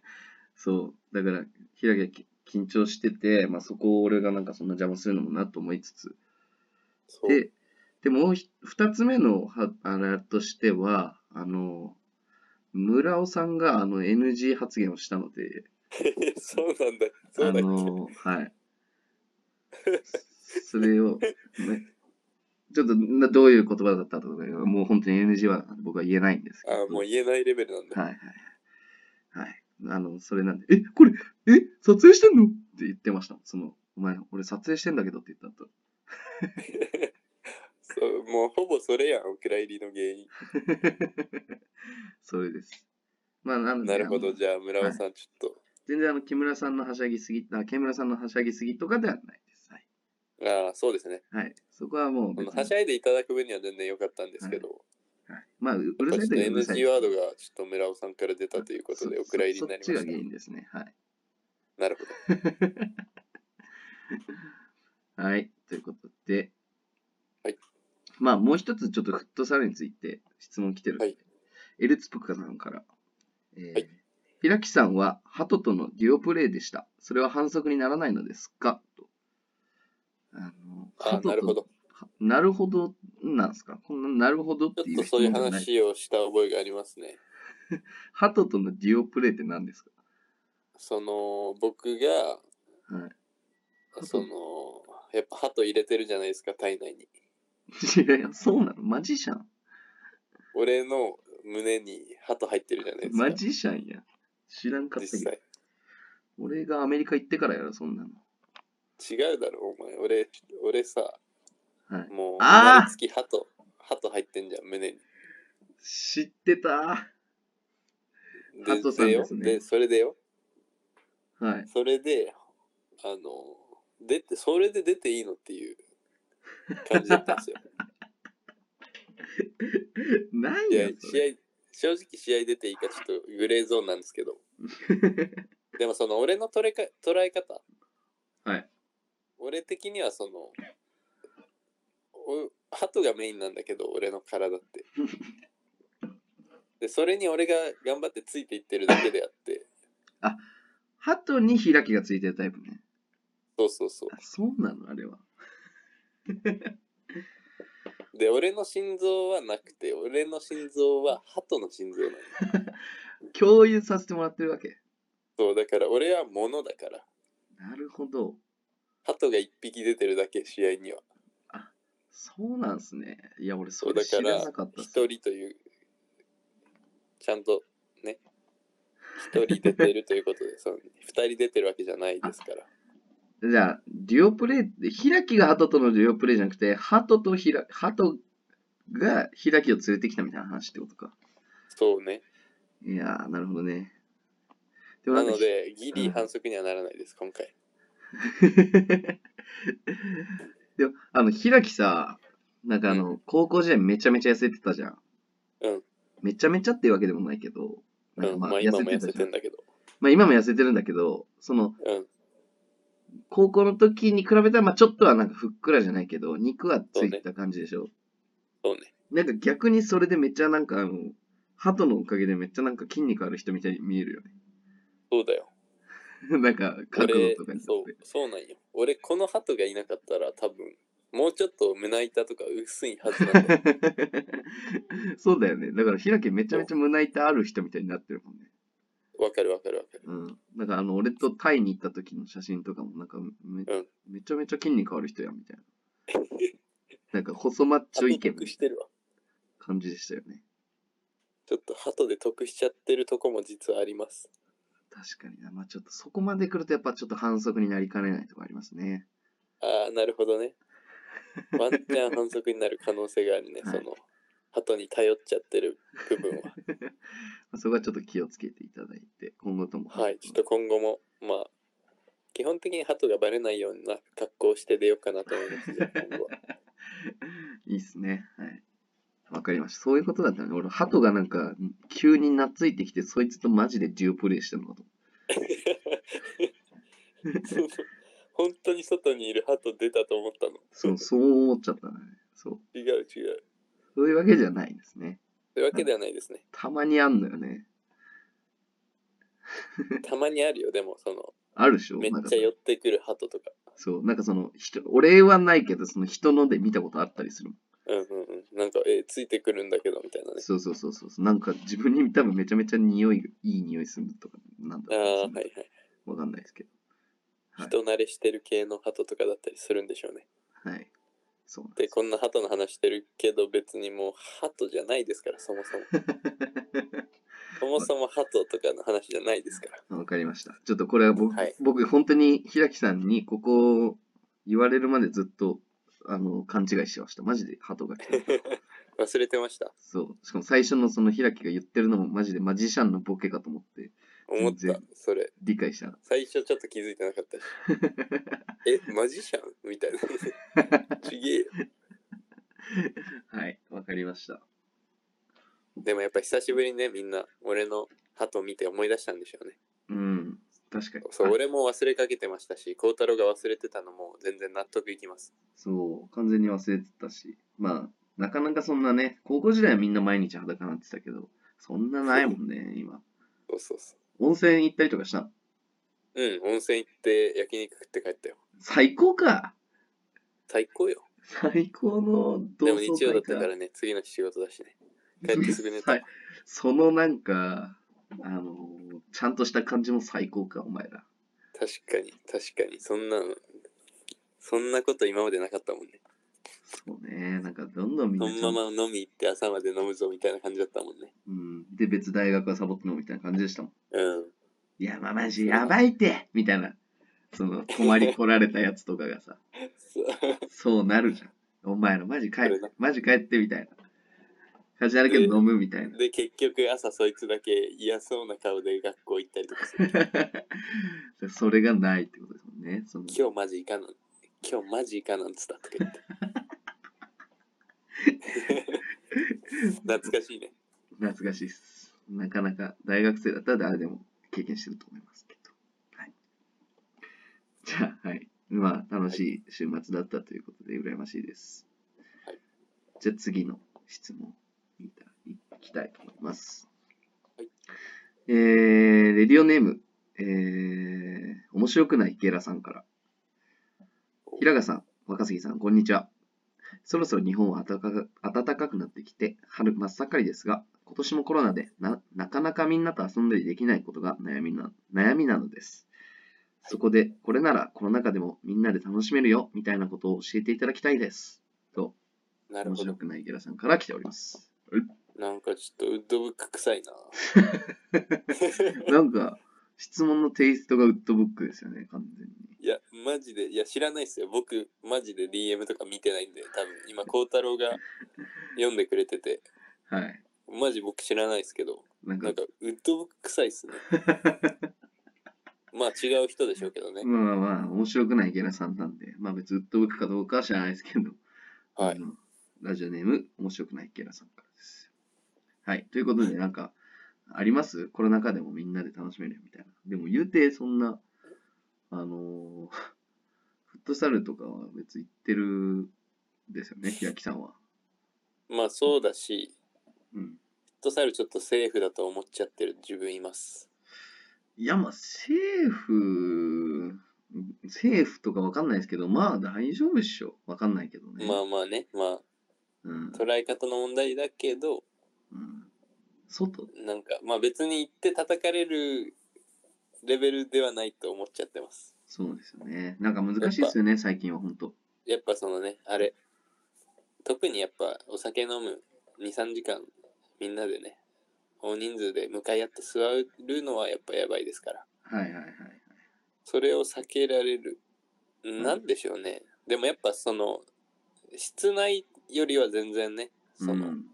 Speaker 1: そう、だから、ひらきはき緊張してて、まあ、そこを俺がなんかそんな邪魔するのもなと思いつつ。
Speaker 2: そう。
Speaker 1: で、でもうひ二つ目のはあれとしては、あの、村尾さんがあの NG 発言をしたので、
Speaker 2: そうなんだ。
Speaker 1: あ
Speaker 2: そうだっけ、
Speaker 1: の、はい。 それを、ね、ちょっとなどういう言葉だったとか、もう本当に NG は僕は言えないんですけど。
Speaker 2: あ、もう言えないレベルなんだ。
Speaker 1: はいはいはい。はい。あの、それなんで、え、これ、え、撮影してんのって言ってました。その、お前、俺撮影してんだけどって言った後。
Speaker 2: そうもうほぼそれやん、お蔵入りの原因。
Speaker 1: それです。まあ、なので、
Speaker 2: なるほ
Speaker 1: あ
Speaker 2: ど、
Speaker 1: の
Speaker 2: じゃあ村尾さん、ちょっ
Speaker 1: 全然、あの、木村さんのはしゃぎすぎ、あ、木村さんのはしゃぎすぎとかではないです。はい。
Speaker 2: と。ああ、そうですね。
Speaker 1: はい。そこはもう
Speaker 2: こ
Speaker 1: 別
Speaker 2: の
Speaker 1: に、
Speaker 2: はしゃいでいただく分には全然良かったんですけど。
Speaker 1: はいまあ、ううる
Speaker 2: ちょ
Speaker 1: さいと
Speaker 2: っと
Speaker 1: いううるさい
Speaker 2: NG ワードがちょっと村尾さんから出たということで、お蔵入りになりま
Speaker 1: そそっちが原
Speaker 2: し
Speaker 1: 因ですね。はい。
Speaker 2: た。なるほど。
Speaker 1: はい、ということで、
Speaker 2: はい。
Speaker 1: まあ、もう一つ、ちょっとフットサルについて質問来てるんで、
Speaker 2: はい
Speaker 1: エルツプカさんから。えー
Speaker 2: はい
Speaker 1: 平木さんは、ハトとのデュオプレイでした。それは反則にならないのですかと。あの、
Speaker 2: あなるほ。ど。
Speaker 1: はなるほど、なんですかこんな、なるほどっ
Speaker 2: ちょ
Speaker 1: てい
Speaker 2: っ
Speaker 1: う
Speaker 2: と
Speaker 1: 質
Speaker 2: そういう
Speaker 1: 問じゃない。
Speaker 2: 話をした覚えがありますね。
Speaker 1: ハトとのデュオプレイって何ですか
Speaker 2: その、僕が、
Speaker 1: はい。
Speaker 2: その、やっぱ鳩入れてるじゃないですか、体内に。
Speaker 1: いやいや、そうなのマジシャン
Speaker 2: 俺の胸に鳩入ってるじゃないですか。
Speaker 1: マジシャンや。知らんかったけ
Speaker 2: 実
Speaker 1: ど。
Speaker 2: 際。
Speaker 1: 俺がアメリカ行ってからやろ、そんなの。
Speaker 2: 違うだろ、お前。俺、俺さ、
Speaker 1: はい。
Speaker 2: もう、
Speaker 1: あー
Speaker 2: 毎月鳩、鳩入ってんじゃん、胸に。
Speaker 1: 知ってたは鳩さん
Speaker 2: で
Speaker 1: で
Speaker 2: よ
Speaker 1: すね
Speaker 2: で、それでよ。
Speaker 1: い。
Speaker 2: それで、あの、出て、それで出ていいのっていう感じだったん ですよ。
Speaker 1: ない
Speaker 2: いや
Speaker 1: よ、、それ。
Speaker 2: 試合、正直試合出ていいかちょっとグレーゾーンなんです けど。でもその俺の捉えか捉え方、
Speaker 1: はい。
Speaker 2: 俺的にはその、お鳩がメインなんだけど、俺の 体って。で、それに俺が頑張ってついていってるだけであって、
Speaker 1: 鳩に開きがついてるタイプね。
Speaker 2: そうそうそう。
Speaker 1: あそうなの、あれは。
Speaker 2: で、俺の心臓はなくて、俺の心臓は鳩の心臓なの。
Speaker 1: 共有させてもらってるわけ。
Speaker 2: そう、だから俺は物だから。
Speaker 1: なるほど。
Speaker 2: 鳩が一匹出てるだけ、試合には。
Speaker 1: そうなんすね。いや、俺そ
Speaker 2: そう
Speaker 1: れ
Speaker 2: だか
Speaker 1: 知
Speaker 2: ら
Speaker 1: らなかったっ
Speaker 2: 一
Speaker 1: す。
Speaker 2: 人というちゃんとね一人出てるということで その二人出てるわけじゃないですから
Speaker 1: じゃあ、デュオプレイって、開きがハトとのデュオプレイじゃなくて、ハトとひら、ハトが開きを連れてきたみたいな話ってことか。
Speaker 2: そうね
Speaker 1: いやー、なるほどね。で
Speaker 2: な
Speaker 1: なん
Speaker 2: の
Speaker 1: か
Speaker 2: でギリ反則にはならないです今回
Speaker 1: でも、あの、ひらきさ、なんかあの、高校時代めちゃめちゃ痩せてたじゃん。
Speaker 2: うん。
Speaker 1: めちゃめちゃっていうわけでもないけど、なん
Speaker 2: う
Speaker 1: か
Speaker 2: ん
Speaker 1: まあ、
Speaker 2: まあ
Speaker 1: 痩
Speaker 2: 今
Speaker 1: せ
Speaker 2: も
Speaker 1: て
Speaker 2: 痩
Speaker 1: た
Speaker 2: せ
Speaker 1: じゃ
Speaker 2: て
Speaker 1: ん
Speaker 2: ん。だけど
Speaker 1: まあ、今も痩せてるんだけど、その、
Speaker 2: うん
Speaker 1: 高校の時に比べたら、まあ、ちょっとはなんかふっくらじゃないけど、肉はついてた感じでしょ。
Speaker 2: そうね
Speaker 1: なんか逆にそれでめっちゃなんかあの、鳩のおかげでめっちゃなんか筋肉ある人みたいに見えるよ
Speaker 2: そうだよ
Speaker 1: ね。 なんか角
Speaker 2: 俺
Speaker 1: 度とかに
Speaker 2: そう
Speaker 1: よって。
Speaker 2: そうなんよ俺この鳩がいなかったら多分もうちょっと胸板とか薄いはずなんだよ
Speaker 1: そうだよね。だから開きめちゃめちゃ胸板ある人みたいになってるもんね。
Speaker 2: わかるわかるわかる
Speaker 1: うん。なんかあの、俺とタイに行った時の写真とかもなんかめ,、
Speaker 2: ん
Speaker 1: めちゃめちゃ筋肉ある人やみたいな。なんか細マッチョイ
Speaker 2: 鳩
Speaker 1: ケメン
Speaker 2: 得してるわ
Speaker 1: 感じでしたよね。
Speaker 2: ちょっと鳩で得しちゃってるとこも実はあります
Speaker 1: 確かにな。まあちょっとそこまで来るとやっぱちょっと反則になりかねないとこありますね。
Speaker 2: ああなるほどね ワンチャン反則になる可能性があるね
Speaker 1: は
Speaker 2: そ
Speaker 1: い
Speaker 2: の鳩に頼っちゃってる部分は
Speaker 1: まあそこはちょっと気をつけていただいて、今後と も。
Speaker 2: はいちょっと今後もまあ基本的に鳩がバレないような格好をして出ようかなと思いますじゃあ今後 は
Speaker 1: いいっすね。はい。わかりました。そういうことだったね。俺、鳩がなんか、急に懐いてきて、そいつとマジでデュオプレイしてるのかと。
Speaker 2: その本当に外にいる鳩出たと思ったの
Speaker 1: そう、そう思っちゃったね。そう。
Speaker 2: 違う違う
Speaker 1: そういうわけじゃないんですね。
Speaker 2: というわけではないですね
Speaker 1: たまにあんのよね。
Speaker 2: たまにあるよでもその
Speaker 1: あるでしょ
Speaker 2: めっ
Speaker 1: なんか
Speaker 2: ちゃ寄ってくる鳩とか
Speaker 1: そう、なんかその、人、俺はないけど、その人ので見たことあったりするもん。
Speaker 2: うんうんうんなんかえーついてくるんだけどみたいなね
Speaker 1: そうそうそうそう。なんか自分に多分めちゃめちゃ匂い、いい匂いするとか、なんだ
Speaker 2: ああ
Speaker 1: ろう
Speaker 2: はいはい
Speaker 1: わかんないですけど。はい
Speaker 2: 人慣れしてる系の鳩とかだったりするんでしょうね
Speaker 1: はい。そう なん
Speaker 2: で
Speaker 1: です。
Speaker 2: こんな鳩の話してるけど別にもう鳩じゃないですからそ もそもそもそも鳩とかの話じゃないですから
Speaker 1: わかりました。ちょっとこれは僕、
Speaker 2: はい
Speaker 1: 僕本当に平木さんにここを言われるまでずっとあの勘違いしてました。マジで鳩が来た。
Speaker 2: 忘れてました
Speaker 1: そう。しかも最初のその平木が言ってるのもマジでマジシャンのボケかと思って
Speaker 2: 思っ
Speaker 1: 全
Speaker 2: た
Speaker 1: 然
Speaker 2: それ
Speaker 1: 理解した。
Speaker 2: 最初ちょっと気づいてなかったし えマジシャンみたいなちげえよ
Speaker 1: はい。わかりました。
Speaker 2: でもやっぱ久しぶりにねみんな俺の鳩見て思い出したんでしょうね
Speaker 1: うん。確かに。
Speaker 2: そう
Speaker 1: あ
Speaker 2: 俺も忘れかけてましたし孝太郎が忘れてたのも全然納得いきます
Speaker 1: そう。完全に忘れてたし。まあ、なかなかそんなね、高校時代はみんな毎日裸になってたけど、そんなないもんね、今。
Speaker 2: そうそうそ
Speaker 1: 温泉行ったりとかしたの
Speaker 2: ううん温泉行って焼肉食って帰ったよ
Speaker 1: 最高か
Speaker 2: 最高よ
Speaker 1: 最高の
Speaker 2: で
Speaker 1: 同
Speaker 2: も
Speaker 1: 窓会
Speaker 2: 日曜だったからね次の日仕事だしね帰ってすぐ 寝た
Speaker 1: はい そのなんか、あのーちゃんとした感じも最高か、お前ら。
Speaker 2: 確かに確かにそんなのそんなこと今までなかったもんね
Speaker 1: そうね、なんかどんどんみん
Speaker 2: そ
Speaker 1: なちゃんと
Speaker 2: のまま飲み行って朝まで飲むぞみたいな感じだったもんね
Speaker 1: うん。で、別大学はサボってんのみたいな感じでしたもん。
Speaker 2: うん
Speaker 1: いや、まあ、マジやばいってみたいな。その、泊り来られたやつとかがさ、
Speaker 2: そう
Speaker 1: そうなるじゃん。お前らマジ帰っ
Speaker 2: そ
Speaker 1: て
Speaker 2: れな、
Speaker 1: マジ帰ってみたいな。感じあるけど飲むみたい な。
Speaker 2: で結局朝そいつだけ嫌そうな顔で学校行ったりとかする
Speaker 1: それがないってことですもんね。その
Speaker 2: 今日マジ行かなん今日マジ行かなんつったとか言って 懐かしいね
Speaker 1: 懐かしいです。なかなか大学生だったら誰でも経験してると思いますけど。はい、じゃあ、はい。まあ、楽しい週末だったということで、羨ましいです。
Speaker 2: はい
Speaker 1: じゃあ、次の質問いたいきたいと思います。
Speaker 2: はい
Speaker 1: えー、レディオネーム、えー、面白くないゲラさんから。平賀さん、若杉さん、こんにちは。そろそろ日本は暖かく暖かくなってきて、春真っ盛りですが、今年もコロナでななかなかみんなと遊んだりできないことが悩みな悩みなのです。そこで、これならコロナ禍でもみんなで楽しめるよみたいなことを教えていただきたいです。と
Speaker 2: なる
Speaker 1: 面
Speaker 2: ほ
Speaker 1: 白
Speaker 2: ど。
Speaker 1: くないゲラさんから来ております。
Speaker 2: なんかちょっとウッドブック臭いな。
Speaker 1: なんか、質問のテイストがウッドブックですよね、完全に。
Speaker 2: いや、マジで、いや、知らないっすよ。僕、マジで DM とか見てないんで、多分今、孝太郎が読んでくれてて、
Speaker 1: はい。
Speaker 2: マジ僕知らないっすけど、
Speaker 1: なんか
Speaker 2: なん、か、ウッドブック臭い っすね。まあ、違う人でしょうけどね。
Speaker 1: まあまあまあ、面白くないゲラさんなんで、まあ別にウッドブックかどうかは知らないですけど、
Speaker 2: は
Speaker 1: あ
Speaker 2: い。
Speaker 1: のラジオネーム、面白くないゲラさんからです。はい。ということで、なんか、ありますコロナ禍でもみんなで楽しめるみたいな。でも言うて、そんな、あのーフットサルとかは別に行ってるんですよね、ひやきさんは。
Speaker 2: まあ、そうだし、
Speaker 1: うん。
Speaker 2: フットサルちょっとセーフだと思っちゃってる自分います。
Speaker 1: いや、まあ、セーフ、セーフとかわかんないですけど、まあ大丈夫っしょ。わかんないけどね。
Speaker 2: まあまあね、ま
Speaker 1: うん
Speaker 2: あ、捉え方の問題だけど、
Speaker 1: うん、外
Speaker 2: なんか、まあ別に行って叩かれるレベルではないと思っちゃってます。
Speaker 1: そうですよね。なんか難しいですよね、最近は本当。
Speaker 2: やっぱそのね、あれ、特にやっぱお酒飲む2、3時間みんなでね、大人数で向かい合って座るのはやっぱやばいですから。
Speaker 1: はいはいはい。
Speaker 2: それを避けられる。
Speaker 1: ん
Speaker 2: なんでしょうね。でもやっぱその、室内よりは全然ね、そうの、
Speaker 1: ん、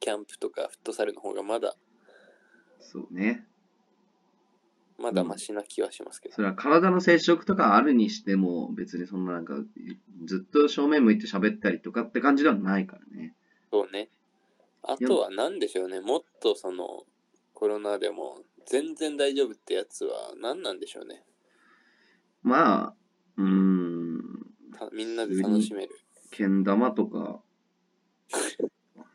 Speaker 2: キャンプとかフットサルの方がまだ、
Speaker 1: そうね。
Speaker 2: まだマシな気はしますけど。
Speaker 1: それは体の接触とかあるにしても、別にそんななんか、ずっと正面向いて喋ったりとかって感じではないからね。
Speaker 2: そうね。あとは何でしょうね。もっとそのコロナでも全然大丈夫ってやつは何なんでしょうね。
Speaker 1: まあ、うーん、
Speaker 2: たみんなで楽しめる。
Speaker 1: けん玉とか、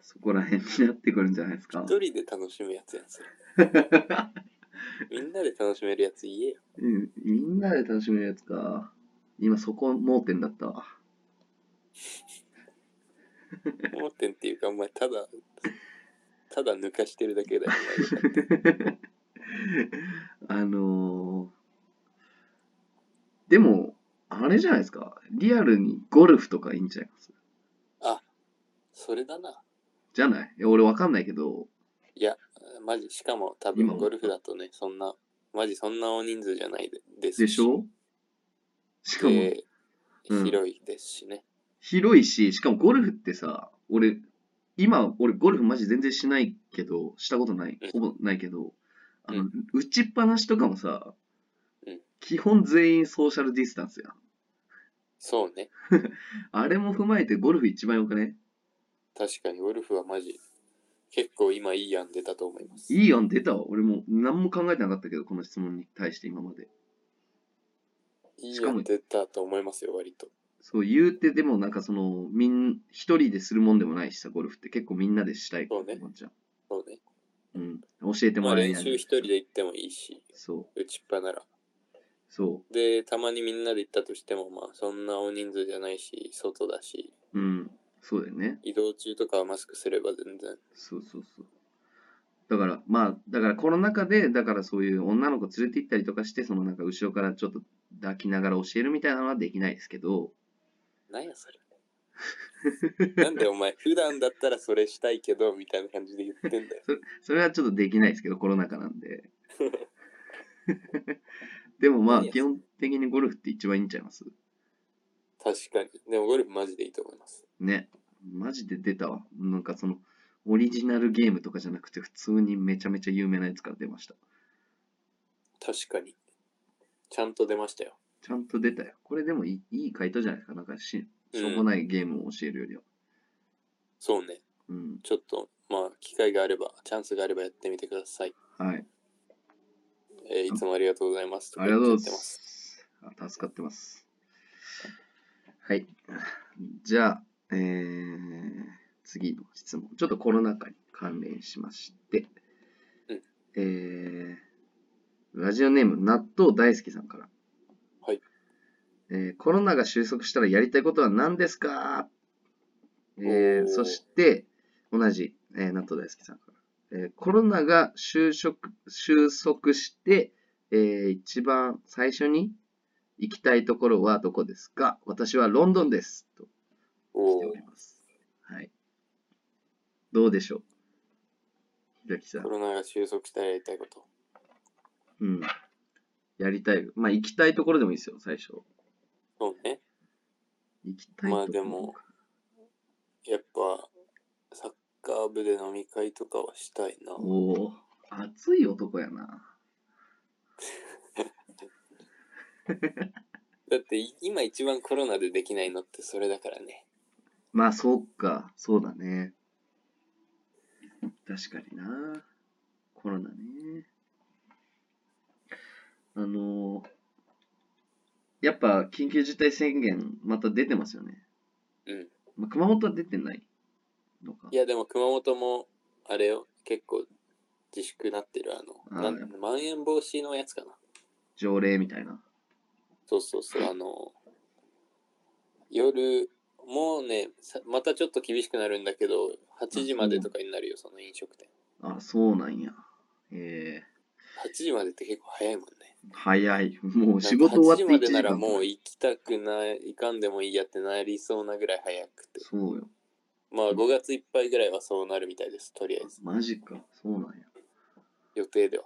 Speaker 1: そこら辺になってくるんじゃないですか。
Speaker 2: 一人で楽しむやつやんそれ。 みんなで楽しめるやつ言えよ。
Speaker 1: うん、みんなで楽しめるやつか。今そこ盲点だったわ。
Speaker 2: 盲点っていうか、お前ただ、ただ抜かしてるだけだよ。お前
Speaker 1: あのー、でも、あれじゃないですか。リアルにゴルフとかいいんちゃいます
Speaker 2: あ、それだな。
Speaker 1: じゃないいや俺わかんないけど、
Speaker 2: いや、マジ、しかも多
Speaker 1: 今
Speaker 2: 分
Speaker 1: も
Speaker 2: ゴルフだとね、そんな、マジそんな大人数じゃないでです
Speaker 1: でしょしかも、
Speaker 2: で
Speaker 1: うん
Speaker 2: 広いですしね。
Speaker 1: 広いし、しかもゴルフってさ、俺、今、俺ゴルフマジ全然しないけど、したことない
Speaker 2: うん、
Speaker 1: ほぼないけど、あ
Speaker 2: う
Speaker 1: の、打ちっぱなしとかもさ
Speaker 2: うん、
Speaker 1: 基本全員ソーシャルディスタンスやん。
Speaker 2: そうね。
Speaker 1: あれも踏まえてゴルフ一番よくね
Speaker 2: 確かにゴルフはマジ結構今いい案出たと思います
Speaker 1: いい案出たわ。俺も何も考えてなかったけど、この質問に対して今まで。
Speaker 2: い
Speaker 1: し
Speaker 2: い
Speaker 1: かも
Speaker 2: 案出たと思いますよ割と
Speaker 1: そう言うて、でもなんかその、みん、一人でするもんでもないしさ、ゴルフって結構みんなでしたい
Speaker 2: そうね
Speaker 1: もんじゃん。
Speaker 2: そうね
Speaker 1: うん。教えて
Speaker 2: ま
Speaker 1: も
Speaker 2: あ
Speaker 1: らえ
Speaker 2: 練
Speaker 1: ない。
Speaker 2: 習一人で行ってもいいし
Speaker 1: そう、
Speaker 2: 打ちっぱなら
Speaker 1: そ
Speaker 2: でたまにみんなで行ったとしてもまあそんな大人数じゃないし外だし
Speaker 1: う。うん。そうだよね。
Speaker 2: 移動中とかはマスクすれば全然
Speaker 1: そうそうそう。だから、まあ、だからコロナ禍で、だからそういう女の子連れて行ったりとかして、そのなんか後ろからちょっと抱きながら教えるみたいなのはできないですけど、
Speaker 2: なんやそ れなんでお前普段だったらそれしたいけどみたいな感じで言ってんだよ
Speaker 1: そそれはちょっとできないですけど、コロナ禍なん で。でもまあ、
Speaker 2: いいやつ
Speaker 1: 基本的にゴルフって一番いいんちゃいます
Speaker 2: 確かにでもゴルフマジでいいと思います
Speaker 1: ね。マジで出たわ。なんかその、オリジナルゲームとかじゃなくて、普通にめちゃめちゃ有名なやつから出ました。
Speaker 2: 確かにちゃんと出ましたよ
Speaker 1: ちゃんと出たよ。これでもいいいい回答じゃないですか。なんかし、しょうもないゲームを教えるよりは。
Speaker 2: そうね
Speaker 1: うん。
Speaker 2: ちょっと、まあ、機会があれば、チャンスがあればやってみてください。
Speaker 1: はい。
Speaker 2: えーいつもありがとうございます。
Speaker 1: ありがとうござい
Speaker 2: 言
Speaker 1: ま
Speaker 2: って。
Speaker 1: す。あ助かってます。はい。じゃあ、えー、次の質問。ちょっとコロナ禍に関連しまして、
Speaker 2: うん
Speaker 1: えー、ラジオネーム、納豆大好きさんから。
Speaker 2: はい。
Speaker 1: えー、コロナが収束したらやりたいことは何ですかえ
Speaker 2: お
Speaker 1: ー、
Speaker 2: ー
Speaker 1: そして、同じ、えー、納豆大好きさんから。えー、コロナが収束、収束して、えー一番最初に行きたいところはどこですか私はロンドンです。と来
Speaker 2: おお
Speaker 1: ております。どうでしょうひらきさん
Speaker 2: コ。ロナが収束したらやりたいこと。
Speaker 1: うん。やりたい。まあ、行きたいところでもいいですよ、最初。
Speaker 2: そうね。
Speaker 1: 行きたいところ。
Speaker 2: まあでもやっぱ、サッカー部で飲み会とかはしたいな。
Speaker 1: おお、熱い男やな。
Speaker 2: だってい今一番コロナでできないのってそれだからね。
Speaker 1: まあ、そうか。そうだね。確かにな。コロナね。あのーやっぱ緊急事態宣言また出てますよね。
Speaker 2: うん。
Speaker 1: まあ、熊本は出てないのか
Speaker 2: い。やでも熊本も、あれよ、結構自粛なってる。あの、
Speaker 1: あ
Speaker 2: な
Speaker 1: ー
Speaker 2: んまん延防止のやつかな。
Speaker 1: 条例みたいな。
Speaker 2: そうそうそう、あの、夜、もうね、さまたちょっと厳しくなるんだけど、8時までとかになるよ、その飲食店。
Speaker 1: あ、そうなんや。え
Speaker 2: 8時までって結構早いもんね。
Speaker 1: ー、早い。もう
Speaker 2: なんか
Speaker 1: 仕事終わって
Speaker 2: 8時ま
Speaker 1: 1
Speaker 2: で
Speaker 1: 時
Speaker 2: な
Speaker 1: 間
Speaker 2: らもう
Speaker 1: う
Speaker 2: 行きたくない、行かんでもいいやってなりそうなぐらい早くて。
Speaker 1: そうよ。
Speaker 2: まあ5月いっぱいぐらいはそうなるみたいです、とりあえず。
Speaker 1: マジか。そうなんや。
Speaker 2: 予定では。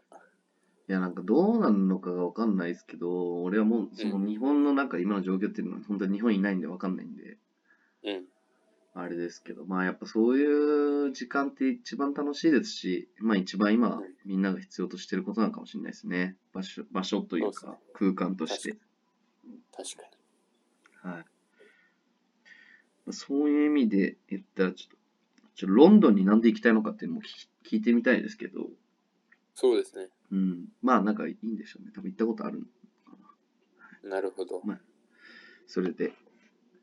Speaker 1: いや、なんかどうなるのかがわかんないですけど、俺はもう、その日本のなんか今の状況っていうのは、本当に日本いないんでわかんないんで、
Speaker 2: うん。
Speaker 1: あれですけど、まあやっぱそういう時間って一番楽しいですし、まあ一番今
Speaker 2: うん、
Speaker 1: みんなが必要としてることなのかもしれないですね。場所、場所という
Speaker 2: そう
Speaker 1: か、空間として。
Speaker 2: 確かに。
Speaker 1: はい。そういう意味で言ったら、ちょっと、ちょっとロンドンになんで行きたいのかっていうのも聞き聞いてみたいですけど、
Speaker 2: そうですね。
Speaker 1: うん。まあなんかいいんでしょうね。多分行ったことあるの。
Speaker 2: なるほど。
Speaker 1: それで、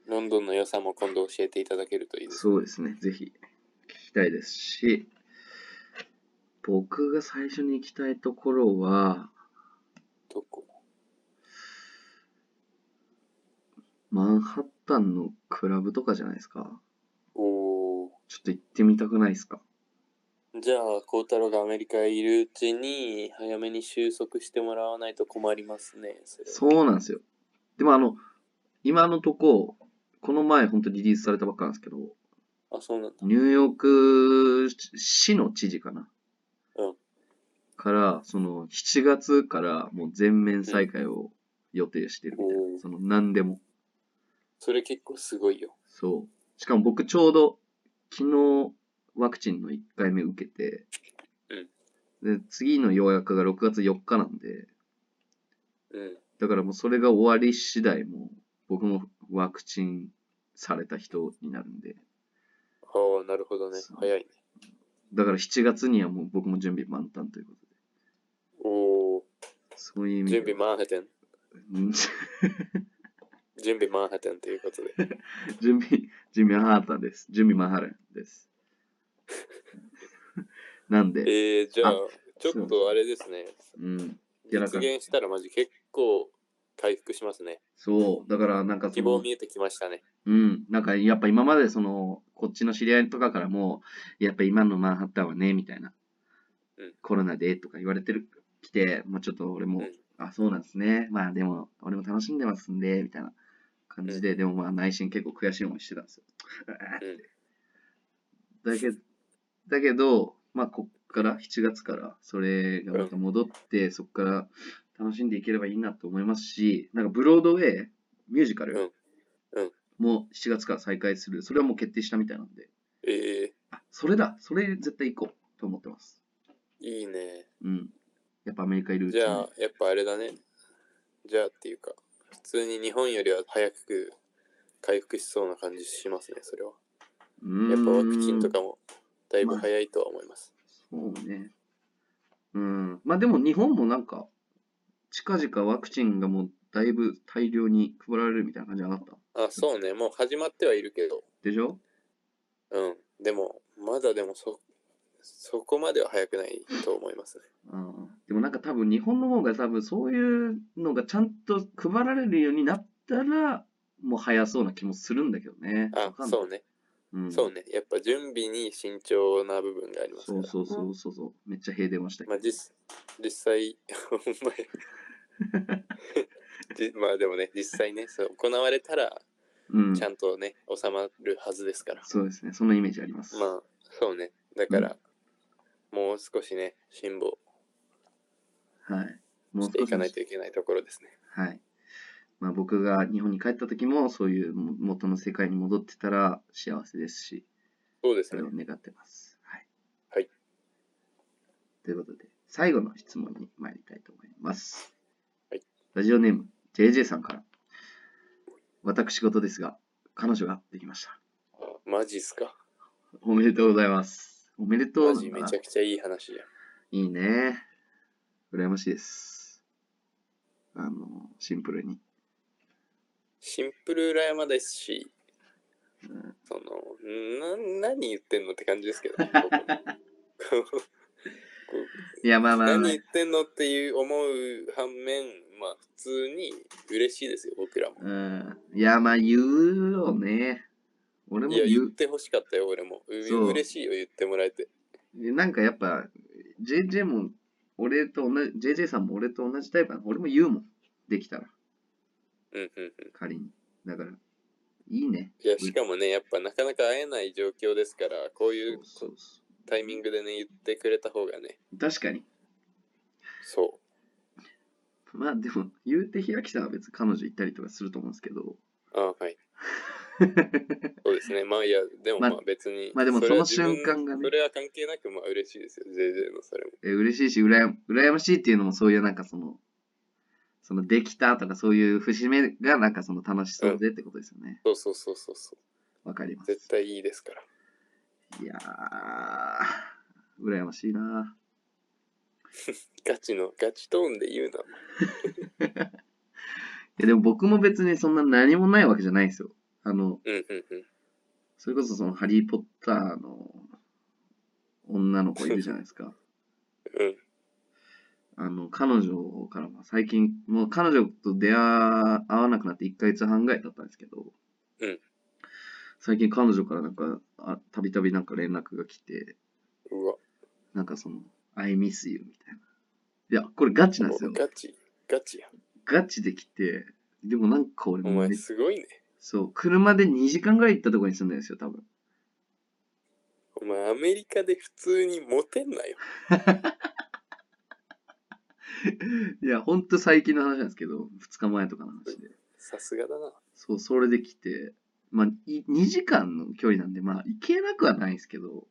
Speaker 2: ロンドンの良さも今度教えていただけるといいです。
Speaker 1: そうですね、ぜひ聞きたいですし、僕が最初に行きたいところは、
Speaker 2: どこ
Speaker 1: マンハッタンのクラブとかじゃないですか。
Speaker 2: おお。
Speaker 1: ちょっと行ってみたくないですか。
Speaker 2: じゃあ、孝太郎がアメリカいるうちに、早めに収束してもらわないと困りますね。それは
Speaker 1: そうなんですよ。でもあの、今のとこ、この前本当リリースされたばっかなんですけど、
Speaker 2: あ、そうなんだ。
Speaker 1: ニューヨーク市の知事かな。
Speaker 2: うん
Speaker 1: から、その7月からもう全面再開を予定してるみたいな。
Speaker 2: うん
Speaker 1: その何でも。
Speaker 2: それ結構すごいよ。
Speaker 1: そう。しかも僕ちょうど昨日ワクチンの1回目受けて、で次の予約が6月4日なんで、
Speaker 2: うん。
Speaker 1: だからもうそれが終わり次第もう僕もワクチンされた人になるんで、
Speaker 2: ああ、なるほどね
Speaker 1: そう。
Speaker 2: 早いね。
Speaker 1: だから7月にはもう僕も準備満タンということで、
Speaker 2: おお。
Speaker 1: そういう意味
Speaker 2: 準
Speaker 1: で
Speaker 2: 備マンハタン。
Speaker 1: うん
Speaker 2: 準備マンハタンというこ とで。
Speaker 1: 準備、準備マンハッタンです。準備マンハランです。 なんで、
Speaker 2: えー、じゃあ
Speaker 1: あ、
Speaker 2: ちょっとあれですね。
Speaker 1: うん、
Speaker 2: 実現したらマジ結構回復しますね。
Speaker 1: そう、だからなんかそ
Speaker 2: 希
Speaker 1: の
Speaker 2: 望見えてきましたね。
Speaker 1: うん、なんかやっぱ今までそのこっちの知り合いとかからもやっぱ今のマンハッタンはねみたいな、
Speaker 2: うん
Speaker 1: コロナでとか言われてるきて、まあ、ちょっと俺も、
Speaker 2: うん
Speaker 1: あそうなんですねまあでも俺も楽しんでますんでみたいな感じで、でもまあ内心結構悔しい思いしてたんですよ。だけだけど、まあ、こっから7月からそれがまた戻って、そこから楽しんでいければいいなと思いますしなんかブロードウェイミュージカル、
Speaker 2: うんうん
Speaker 1: もう7月から再開するそれはもう決定したみたいなんで
Speaker 2: ええ
Speaker 1: あそれだそれ絶対行こうと思ってます
Speaker 2: いいね。
Speaker 1: うんやっぱアメリカいるうち
Speaker 2: じ
Speaker 1: に
Speaker 2: ゃあ、やっぱあれだね。じゃあっていうか、普通に日本よりは早く回復しそうな感じしますね、それは。
Speaker 1: うーん
Speaker 2: やっぱワクチンとかもだいぶ早いとは思います。
Speaker 1: そうねうんまあでも日本もなんか近々ワクチンがもうだいぶ大量に配られるみたいな感じじゃなかった
Speaker 2: あ、そうね。もう始まってはいるけど。
Speaker 1: でしょ
Speaker 2: うん。でも、まだでもそ、そこまでは早くないと思いますね。
Speaker 1: うんでもなんか多分日本の方が多分そういうのがちゃんと配られるようになったらもう早そうな気もするんだけどね。
Speaker 2: あ
Speaker 1: わか、んない
Speaker 2: そうね。
Speaker 1: うん、
Speaker 2: そうね。やっぱ準備に慎重な部分がありますか
Speaker 1: そ
Speaker 2: ら。
Speaker 1: うそうそうそうそう。めっちゃ平出ましたけど
Speaker 2: まあ、実実際、 ほんま やじま あでもね、実際ね、そう行われたら、
Speaker 1: うん
Speaker 2: ち。ゃんとね、収まるはずですから。
Speaker 1: そうですね。そのイメージあります。
Speaker 2: まあ、そうね。だから、もう少しね、辛抱
Speaker 1: はい。もう
Speaker 2: していかないといけないところですね。
Speaker 1: はい。まあ、僕が日本に帰った時も、そういうも元の世界に戻ってたら幸せですし、
Speaker 2: そうです
Speaker 1: それ
Speaker 2: ね
Speaker 1: を。願ってます。はい。
Speaker 2: はい。
Speaker 1: ということで、最後の質問に参りたいと思います。
Speaker 2: はい。
Speaker 1: ラジオネーム、JJ さんから。私事ですが、彼女ができました。
Speaker 2: マジっすか。
Speaker 1: おめでとうございます。おめでとう
Speaker 2: マ
Speaker 1: な
Speaker 2: ジ
Speaker 1: んだ
Speaker 2: め
Speaker 1: な
Speaker 2: ちゃくちゃいい話じゃん。
Speaker 1: いいね。羨ましいです。あの、シンプルに。
Speaker 2: シンプル裏山ですし、
Speaker 1: うん
Speaker 2: その、な、何言ってんのって感じですけ ど、僕もこ
Speaker 1: いや、まあ
Speaker 2: う
Speaker 1: まあ、
Speaker 2: 何
Speaker 1: まあ
Speaker 2: 言ってんのっていう思う反面、まあ普通に嬉しいですよ、僕らも。
Speaker 1: うん。いや、まあ言うよね。俺も
Speaker 2: いや、
Speaker 1: 言
Speaker 2: 言っ
Speaker 1: う。
Speaker 2: てほしかったよ、俺も。う
Speaker 1: そう
Speaker 2: 嬉しいよ、言ってもらえて。
Speaker 1: なんかやっぱ、JJ も、俺と同じ、JJ さんも俺と同じタイプなの。俺も言うもん。できたら、
Speaker 2: うんうんうん。
Speaker 1: 仮に。だから、いいね。
Speaker 2: いや、しかもね、やっぱなかなか会えない状況ですから、こういう
Speaker 1: そうそうそ
Speaker 2: タイミングでね、言ってくれた方がね、
Speaker 1: う確かに。
Speaker 2: そ
Speaker 1: まあでも、言うて平木さんは別に彼女行ったりとかすると思うんですけど。
Speaker 2: う。あはい。そうですね。まあいや、でも
Speaker 1: ま
Speaker 2: ま
Speaker 1: あ
Speaker 2: あ別に。
Speaker 1: まあでも
Speaker 2: れは
Speaker 1: その
Speaker 2: 自分
Speaker 1: 瞬間がね
Speaker 2: それは関係なく、まあ嬉しいですよ、JJ のそれも。
Speaker 1: え嬉しいし、うらや羨ましいっていうのも、そういうなんかその、そのできたとかそういう節目がなんかその楽しそうでってことですよね。
Speaker 2: そうそうそうそうそ
Speaker 1: わかりま
Speaker 2: う。
Speaker 1: す。
Speaker 2: 絶対いいですから。
Speaker 1: いやー、羨ましいな
Speaker 2: ガチの、ガチトーンで言うな。
Speaker 1: いやでも僕も別にそんな何もないわけじゃないんですよ。あの、
Speaker 2: うんうんうん。
Speaker 1: それこそそのハリー・ポッターの女の子いるじゃないですか。
Speaker 2: うん。
Speaker 1: あの、彼女からも最近、もう彼女と出会わなくなって1ヶ月半ぐらい経ったんですけど、
Speaker 2: うん
Speaker 1: 最近彼女からなんか、あたびたびなんか連絡が来て、
Speaker 2: うわ。
Speaker 1: なんかその、I miss you みたいな。いや、これガチなんですよ。
Speaker 2: ガチ、ガチや。
Speaker 1: ガチで来て、でもなんか俺
Speaker 2: お
Speaker 1: も
Speaker 2: 前すごいね。
Speaker 1: そう、車で2時間ぐらい行ったところに住んでるんですよ、多分。
Speaker 2: お前アメリカで普通にモテんなよ。
Speaker 1: いや、ほんと最近の話なんですけど、2日前とかの話で。
Speaker 2: さすがだな。
Speaker 1: そう、それで来て、まあ、い2時間の距離なんで、まあ、行けなくはないんですけど、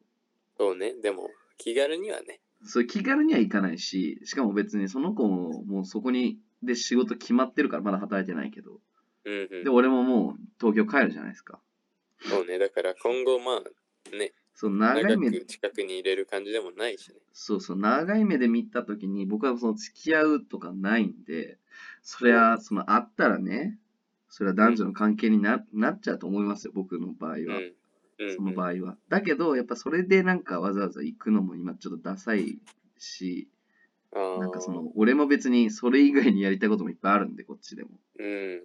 Speaker 2: そうね。でも、気軽にはね。
Speaker 1: そう気軽には行かないし、しかも別にその子ももうそこに、で仕事決まってるからまだ働いてないけど、
Speaker 2: うんう
Speaker 1: で、
Speaker 2: ん。
Speaker 1: 俺ももう東京帰るじゃないですか。
Speaker 2: そうね。だから今後、まあ、ね、
Speaker 1: そう、長い
Speaker 2: 長
Speaker 1: 目
Speaker 2: く近くに入れる感じでもないしね。
Speaker 1: そうそう、長い目で見たときに、僕はその付き合うとかないんで、そりゃ、その、あったらね、それは男女の関係にななっちゃうと思いますよ、僕の場合は。
Speaker 2: うん。うん、
Speaker 1: その場合は。だけど、やっぱそれでなんかわざわざ行くのも今ちょっとダサいし、
Speaker 2: ああ。
Speaker 1: なんかその、俺も別にそれ以外にやりたいこともいっぱいあるんで、こっちでも。
Speaker 2: うん。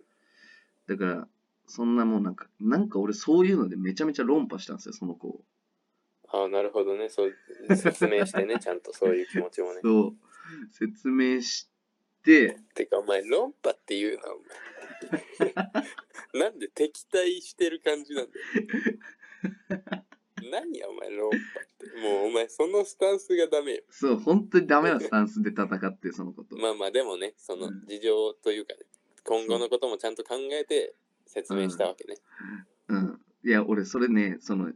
Speaker 1: だから、そんなもうなんか、なんか俺そういうのでめちゃめちゃ論破したんですよ、その子を。
Speaker 2: ああ、なるほどね。そう、説明して ね、ちゃんとそういう気持ちもね。
Speaker 1: そう、説明して、
Speaker 2: てか、お前、論破って言うな、お前。なんで敵対してる感じなんだよ。何や、お前、論破って。もう、お前、そのスタンスがダメよ。
Speaker 1: そう、本当にダメなスタンスで戦って、そのこと。
Speaker 2: まあまあ、でもね、その事情というかね、今後のこともちゃんと考えて説明したわけね。
Speaker 1: うん。いや、俺それね、その、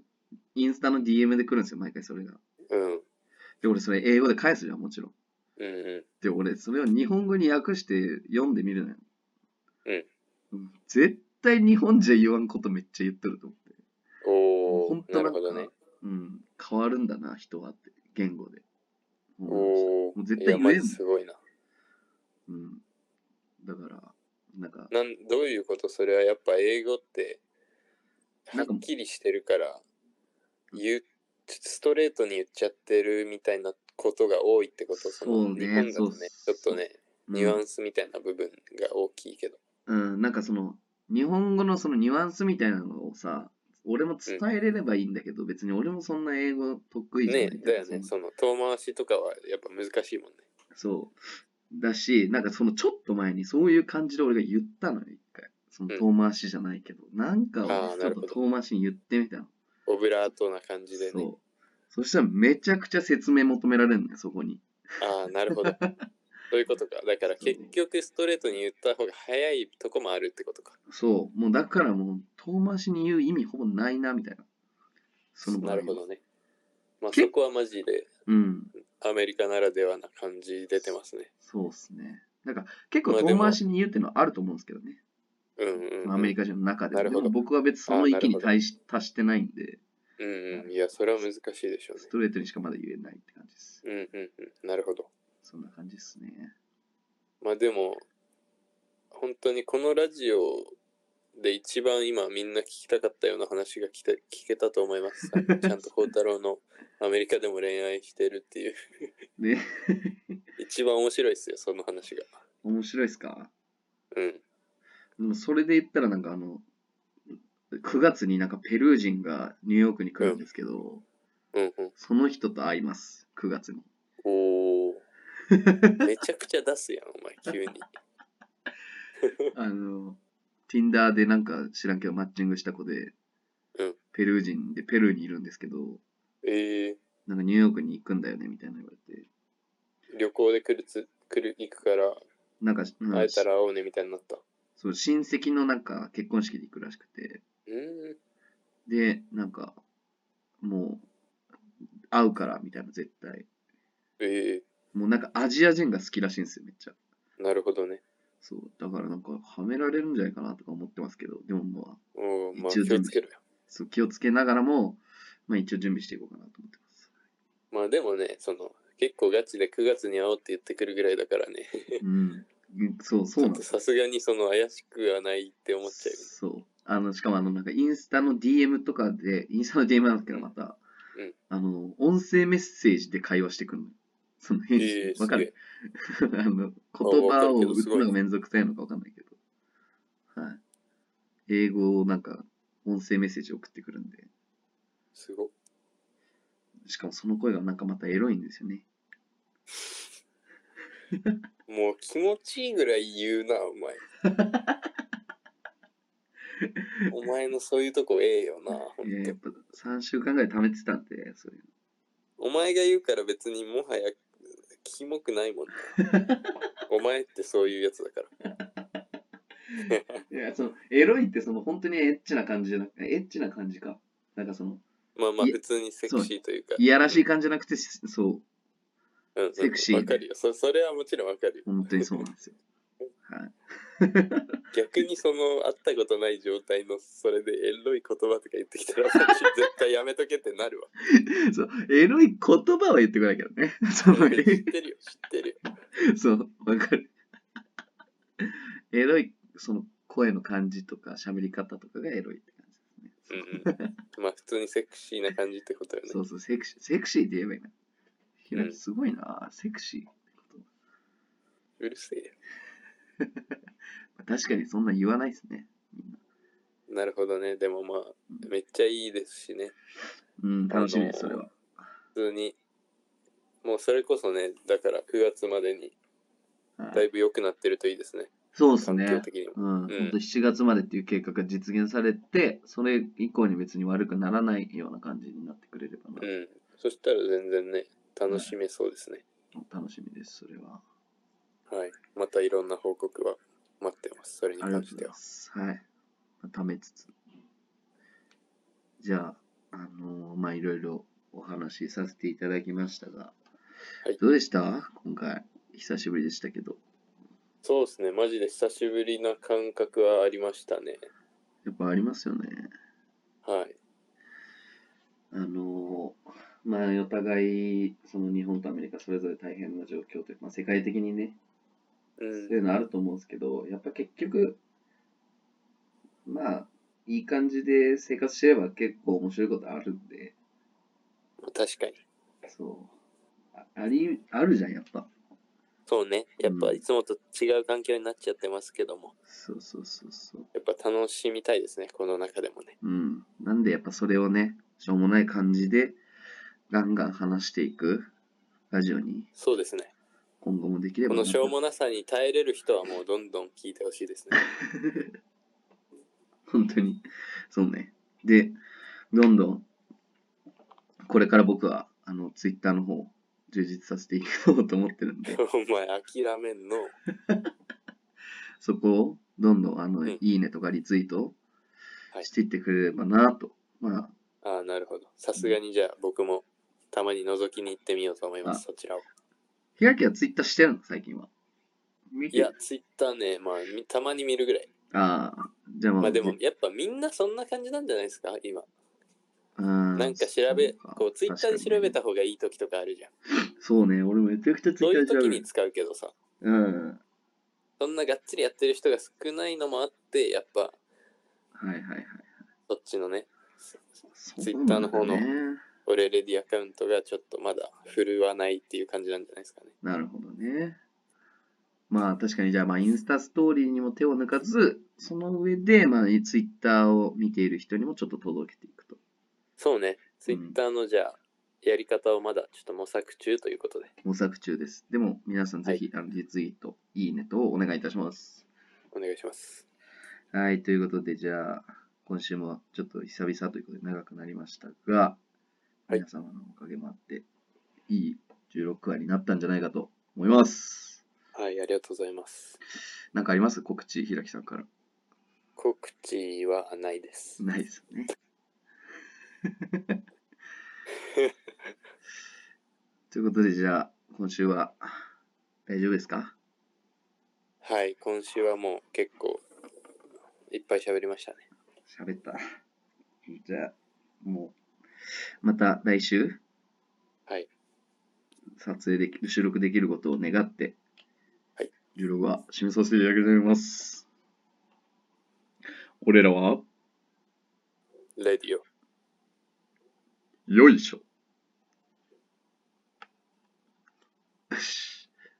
Speaker 1: インスタの DM で来るんですよ、毎回それが。
Speaker 2: うん。
Speaker 1: で、俺それ英語で返すじゃん、もちろん。
Speaker 2: うんうん。
Speaker 1: で、俺、それを日本語に訳して読んでみるのよ。うん。絶対日本じゃ言わんことめっちゃ言ってると思って。
Speaker 2: お
Speaker 1: 本
Speaker 2: ー、
Speaker 1: 当な
Speaker 2: なる
Speaker 1: んか
Speaker 2: ほどね。
Speaker 1: うん。変わるんだな、人はって、言語で。うん。
Speaker 2: お
Speaker 1: もう
Speaker 2: ー、
Speaker 1: 絶
Speaker 2: い
Speaker 1: 対
Speaker 2: や、
Speaker 1: 言えん
Speaker 2: マジすごいな。
Speaker 1: うん、だから、なんか、
Speaker 2: なんどういうことそれはやっぱ英語って
Speaker 1: な
Speaker 2: は
Speaker 1: んか
Speaker 2: っきりしてるから言うストレートに言っちゃってるみたいなことが多いってこと
Speaker 1: そうね
Speaker 2: 日本だとねち
Speaker 1: そ
Speaker 2: ょ
Speaker 1: う
Speaker 2: っとね
Speaker 1: うん
Speaker 2: ニュアンスみたいな部分が大きいけど、
Speaker 1: うん、なんかその、日本語のそのニュアンスみたいなのをさ、俺も伝えれればいいんだけど、別に俺もそんな英語得意じゃな
Speaker 2: ね
Speaker 1: いから
Speaker 2: だよね
Speaker 1: そ
Speaker 2: その遠回しとかはやっぱ難しいもんね
Speaker 1: そう。だし、なんかそのちょっと前にそういう感じで俺が言ったのよ、一回。その遠回しじゃないけど、なんか
Speaker 2: あー
Speaker 1: をちょっと
Speaker 2: なるほど
Speaker 1: 遠回しに言ってみたの。
Speaker 2: オブラートな感じでね
Speaker 1: そそしたらめちゃくちゃ説明求められるんだよ、そこに。
Speaker 2: ああ、なる ほど。そういうことか。だから結局ストレートに言った方が早いとこもあるってことか。
Speaker 1: そう、もうだからもう遠回しに言う意味ほぼないな、みたいな。その場合
Speaker 2: な
Speaker 1: は
Speaker 2: るほどね。まあ
Speaker 1: け
Speaker 2: そこはマジで
Speaker 1: うん、
Speaker 2: アメリカならではな感じ出てますね。
Speaker 1: そうっすね。なんか結構
Speaker 2: まあで
Speaker 1: 遠
Speaker 2: も
Speaker 1: 回しに言うっていうのはあると思うんですけどね。
Speaker 2: うんうん、うん。
Speaker 1: アメリカ人の中で。
Speaker 2: なるほど
Speaker 1: でも僕は別にその域に対し達してないんで、
Speaker 2: うんうん。いや、それは難しいでしょ
Speaker 1: ストレートにしかまだ言えないって感じです。
Speaker 2: うね。うんうんうん。なるほど。
Speaker 1: そんな感じですね。
Speaker 2: まあでも、本当にこのラジオで一番今みんな聞きたかったような話が聞け聞けたと思い ます。ちゃんと孝太郎のアメリカでも恋愛してるっていう。
Speaker 1: で、
Speaker 2: 一番面白いですよ、その話が。
Speaker 1: 面白いっすか
Speaker 2: うん。
Speaker 1: でもそれで言ったらなんかあの、9月になんかペルー人がニューヨークに来るんですけど、
Speaker 2: うんうん。
Speaker 1: その人と会います、9月に。
Speaker 2: お ー。めちゃくちゃ出すやん、お前、急に。
Speaker 1: あの、Tinder でなんか知らんけどマッチングした子で、
Speaker 2: うん
Speaker 1: ペルー人でペルーにいるんですけど、
Speaker 2: ええ
Speaker 1: なんかニューヨークに行くんだよねみたいな言われて、
Speaker 2: 旅行で来るつ、来る、行くから、
Speaker 1: なんか、うん
Speaker 2: 会えたら会おうね、みたいになった。
Speaker 1: そう親戚のなんか結婚式で行くらしくて、
Speaker 2: うん。
Speaker 1: で、なんか、もう、会うからみたいな絶対。
Speaker 2: ええ
Speaker 1: もうなんかアジア人が好きらしいんですよ、めっちゃ。
Speaker 2: なるほどね。
Speaker 1: そう、だからなんかはめられるんじゃないかなとか思ってますけど、でもまあ、
Speaker 2: おーまあ
Speaker 1: 一応
Speaker 2: 気を
Speaker 1: 全部
Speaker 2: つけろよ。
Speaker 1: そう気をつけながらも、まあ一応準備していこうかなと思ってます。
Speaker 2: まあでもね、その、結構ガチで9月に会おうって言ってくるぐらいだからね、
Speaker 1: うん、うんそう、そうなんです
Speaker 2: さすがにその怪しくはないって思っちゃうよね。
Speaker 1: そう。あの、しかもあの、なんかインスタの DM とかで、インスタの DM なんですけど、また、
Speaker 2: うん
Speaker 1: あの、音声メッセージで会話してくるのよ。その返
Speaker 2: ええ
Speaker 1: 信。
Speaker 2: す
Speaker 1: わか
Speaker 2: げえ
Speaker 1: る あの、言
Speaker 2: あわ
Speaker 1: 葉
Speaker 2: かる
Speaker 1: を
Speaker 2: けど
Speaker 1: 打
Speaker 2: す
Speaker 1: つ
Speaker 2: ごい
Speaker 1: のがめんどくさいのかわかんないけど。はい。英語をなんか、音声メッセージ送ってくるんで。
Speaker 2: すごっ。
Speaker 1: しかもその声がなんかまたエロいんですよね。
Speaker 2: もう気持ちいいぐらい言うな、お前。 お前のそういうとこええよな、ほん
Speaker 1: いやや
Speaker 2: と
Speaker 1: っ。ぱ3週間ぐらい溜めてたんで、そういう
Speaker 2: お前が言うから別にもはやキモくないもん な。お前ってそういうやつだから。
Speaker 1: の。いや、その、エロいってその、本当にエッチな感じじゃなくて、エッチな感じか。なんかその、
Speaker 2: まあまあ
Speaker 1: いや
Speaker 2: 普通にセクシーというか。
Speaker 1: いやらしい感じじゃなくて、そう、
Speaker 2: うんうん
Speaker 1: セクシー
Speaker 2: わかるよそ。それはもちろんわかるよ。
Speaker 1: 本当にそうなんですよ。はい。
Speaker 2: 逆にその会ったことない状態のそれでエロい言葉とか言ってき たら私絶対やめとけってなるわ。
Speaker 1: そう、エロい言葉は言ってこないけどね。 そ
Speaker 2: 知っ
Speaker 1: の、え
Speaker 2: てるよ、知ってるよ。
Speaker 1: そう、わかる。エロい、その、声の感じとか、喋り方とかがエロいって感じです
Speaker 2: う
Speaker 1: ね。
Speaker 2: ん うん、まあ普通にセクシーな感じってことよ
Speaker 1: そ
Speaker 2: ね。
Speaker 1: うそう、セクシー、セクシーって言えばいいな。ひら
Speaker 2: うん
Speaker 1: すごいな、セクシ
Speaker 2: うるせえよ。
Speaker 1: ー。確かにそんな言わないですね。
Speaker 2: なるほどね。でもまあめっちゃいいですしね。
Speaker 1: うん、楽しみです、そ
Speaker 2: あ
Speaker 1: れ
Speaker 2: のー
Speaker 1: は。
Speaker 2: 普通に。もうそれこそね、だから9月までに
Speaker 1: はい
Speaker 2: だいぶ良くなってるといいですね。
Speaker 1: そうです
Speaker 2: 環境
Speaker 1: ね。
Speaker 2: 的にも。
Speaker 1: うん、本当7月までっていう計画が実現されて、それ以降に別に悪くならないような感じになってくれればな
Speaker 2: う、ん。そしたら全然ね、楽しめそうですね。
Speaker 1: 楽しみです、それは。
Speaker 2: はい。またいろんな報告は待ってます。それに
Speaker 1: ありが
Speaker 2: 関
Speaker 1: とう
Speaker 2: し
Speaker 1: ござ
Speaker 2: て
Speaker 1: い
Speaker 2: は
Speaker 1: ま。す。はい。貯めつつ。じゃあ、あのーまあ、いろいろお話しさせていただきましたが、
Speaker 2: はい
Speaker 1: どうでした今回、久しぶりでしたけど。
Speaker 2: そうですね、マジで久しぶりな感覚はありましたね。
Speaker 1: やっぱありますよね。
Speaker 2: はい。
Speaker 1: あのーまあ、お互い、その日本とアメリカそれぞれ大変な状況というか、まあ、世界的にね、
Speaker 2: う
Speaker 1: そうい
Speaker 2: ん。
Speaker 1: うのあると思うんですけど、やっぱ結局、まあ、いい感じで生活してれば結構面白いことあるんで、
Speaker 2: 確かに。
Speaker 1: そう。ああり、あるじゃん、やっぱ。
Speaker 2: そうね、やっ
Speaker 1: う
Speaker 2: ぱ
Speaker 1: ん
Speaker 2: いつもと違う環境になっちゃってますけども、
Speaker 1: そうそうそうそう。
Speaker 2: やっぱ楽しみたいですね、この中でもね。
Speaker 1: うん。なんでやっぱそれをね、しょうもない感じで、ガンガン話していくラジオに
Speaker 2: そうですね。
Speaker 1: 今後もできれ
Speaker 2: こ
Speaker 1: ば
Speaker 2: の
Speaker 1: な
Speaker 2: しょうもなさに耐えれる人はもうどんどん聞いてほしいですね。
Speaker 1: 本当に。そうね。で、どんどん、これから僕は、あの、ツイッターの方、充実させていこうと思ってるんで、
Speaker 2: お前諦めんの。
Speaker 1: そこをどんどん、あの、
Speaker 2: うん
Speaker 1: いいねとかリツイート
Speaker 2: はい
Speaker 1: していってくれればなと。ま
Speaker 2: ああ、なるほど。さすがにじゃあ僕もたまに覗きに行ってみようと思います、そちらを。
Speaker 1: あ、ひらきはツイッターしてるの最近は。見
Speaker 2: い
Speaker 1: て
Speaker 2: や、ツイッターね、まあ、みたまに見るぐらい。
Speaker 1: ああ、じゃあまあ、
Speaker 2: まあでも、やっぱみんなそんな感じなんじゃないですか、今。
Speaker 1: な
Speaker 2: なんか調べ、こう、ツイッターで調べた方がいい時とかあるじゃん。
Speaker 1: そうね、俺もめちゃくちゃツイ
Speaker 2: そうい
Speaker 1: ッ
Speaker 2: う
Speaker 1: ターで調
Speaker 2: 時
Speaker 1: べ
Speaker 2: に
Speaker 1: る。
Speaker 2: 使うけどさ、
Speaker 1: うん。はい
Speaker 2: そんながっつりやってる人が少ないのもあって、やっぱ、
Speaker 1: はいはい。
Speaker 2: そっちのね、
Speaker 1: そうなん
Speaker 2: Twitter の方の
Speaker 1: だね
Speaker 2: 俺レディアカウントがちょっとまだ振るわないっていう感じなんじゃないですかね。
Speaker 1: なるほどね。まあ確かにじゃあまあインスタストーリーにも手を抜かず、その上でまあツイッターを見ている人にもちょっと届けていくと。
Speaker 2: そうね、ツイッターのじゃあ、やり方をまだちょっと模索中ということで、
Speaker 1: 模索中です。でも皆さんぜひあのリツイート、いいねとお願いいたします。
Speaker 2: お願いします。
Speaker 1: はい、ということでじゃあ今週もちょっと久々ということで長くなりましたが、
Speaker 2: はい
Speaker 1: 皆様のおかげもあって、いい16話になったんじゃないかと思います。
Speaker 2: はい、ありがとうございます。
Speaker 1: なんかあります告知、ひらきさんから。
Speaker 2: 告知はないです。
Speaker 1: ないですよね。 ということで、じゃあ、今週は大丈夫ですか
Speaker 2: はい、今週はもう結構いっぱい喋りましたね。
Speaker 1: 喋った。じゃあ、もう、また来週、
Speaker 2: はい、
Speaker 1: 撮影できる、収録できることを願って、
Speaker 2: はい。
Speaker 1: 16は締めさせていただきたいと思います。俺らは、
Speaker 2: レディオ。
Speaker 1: よいしょ。よし。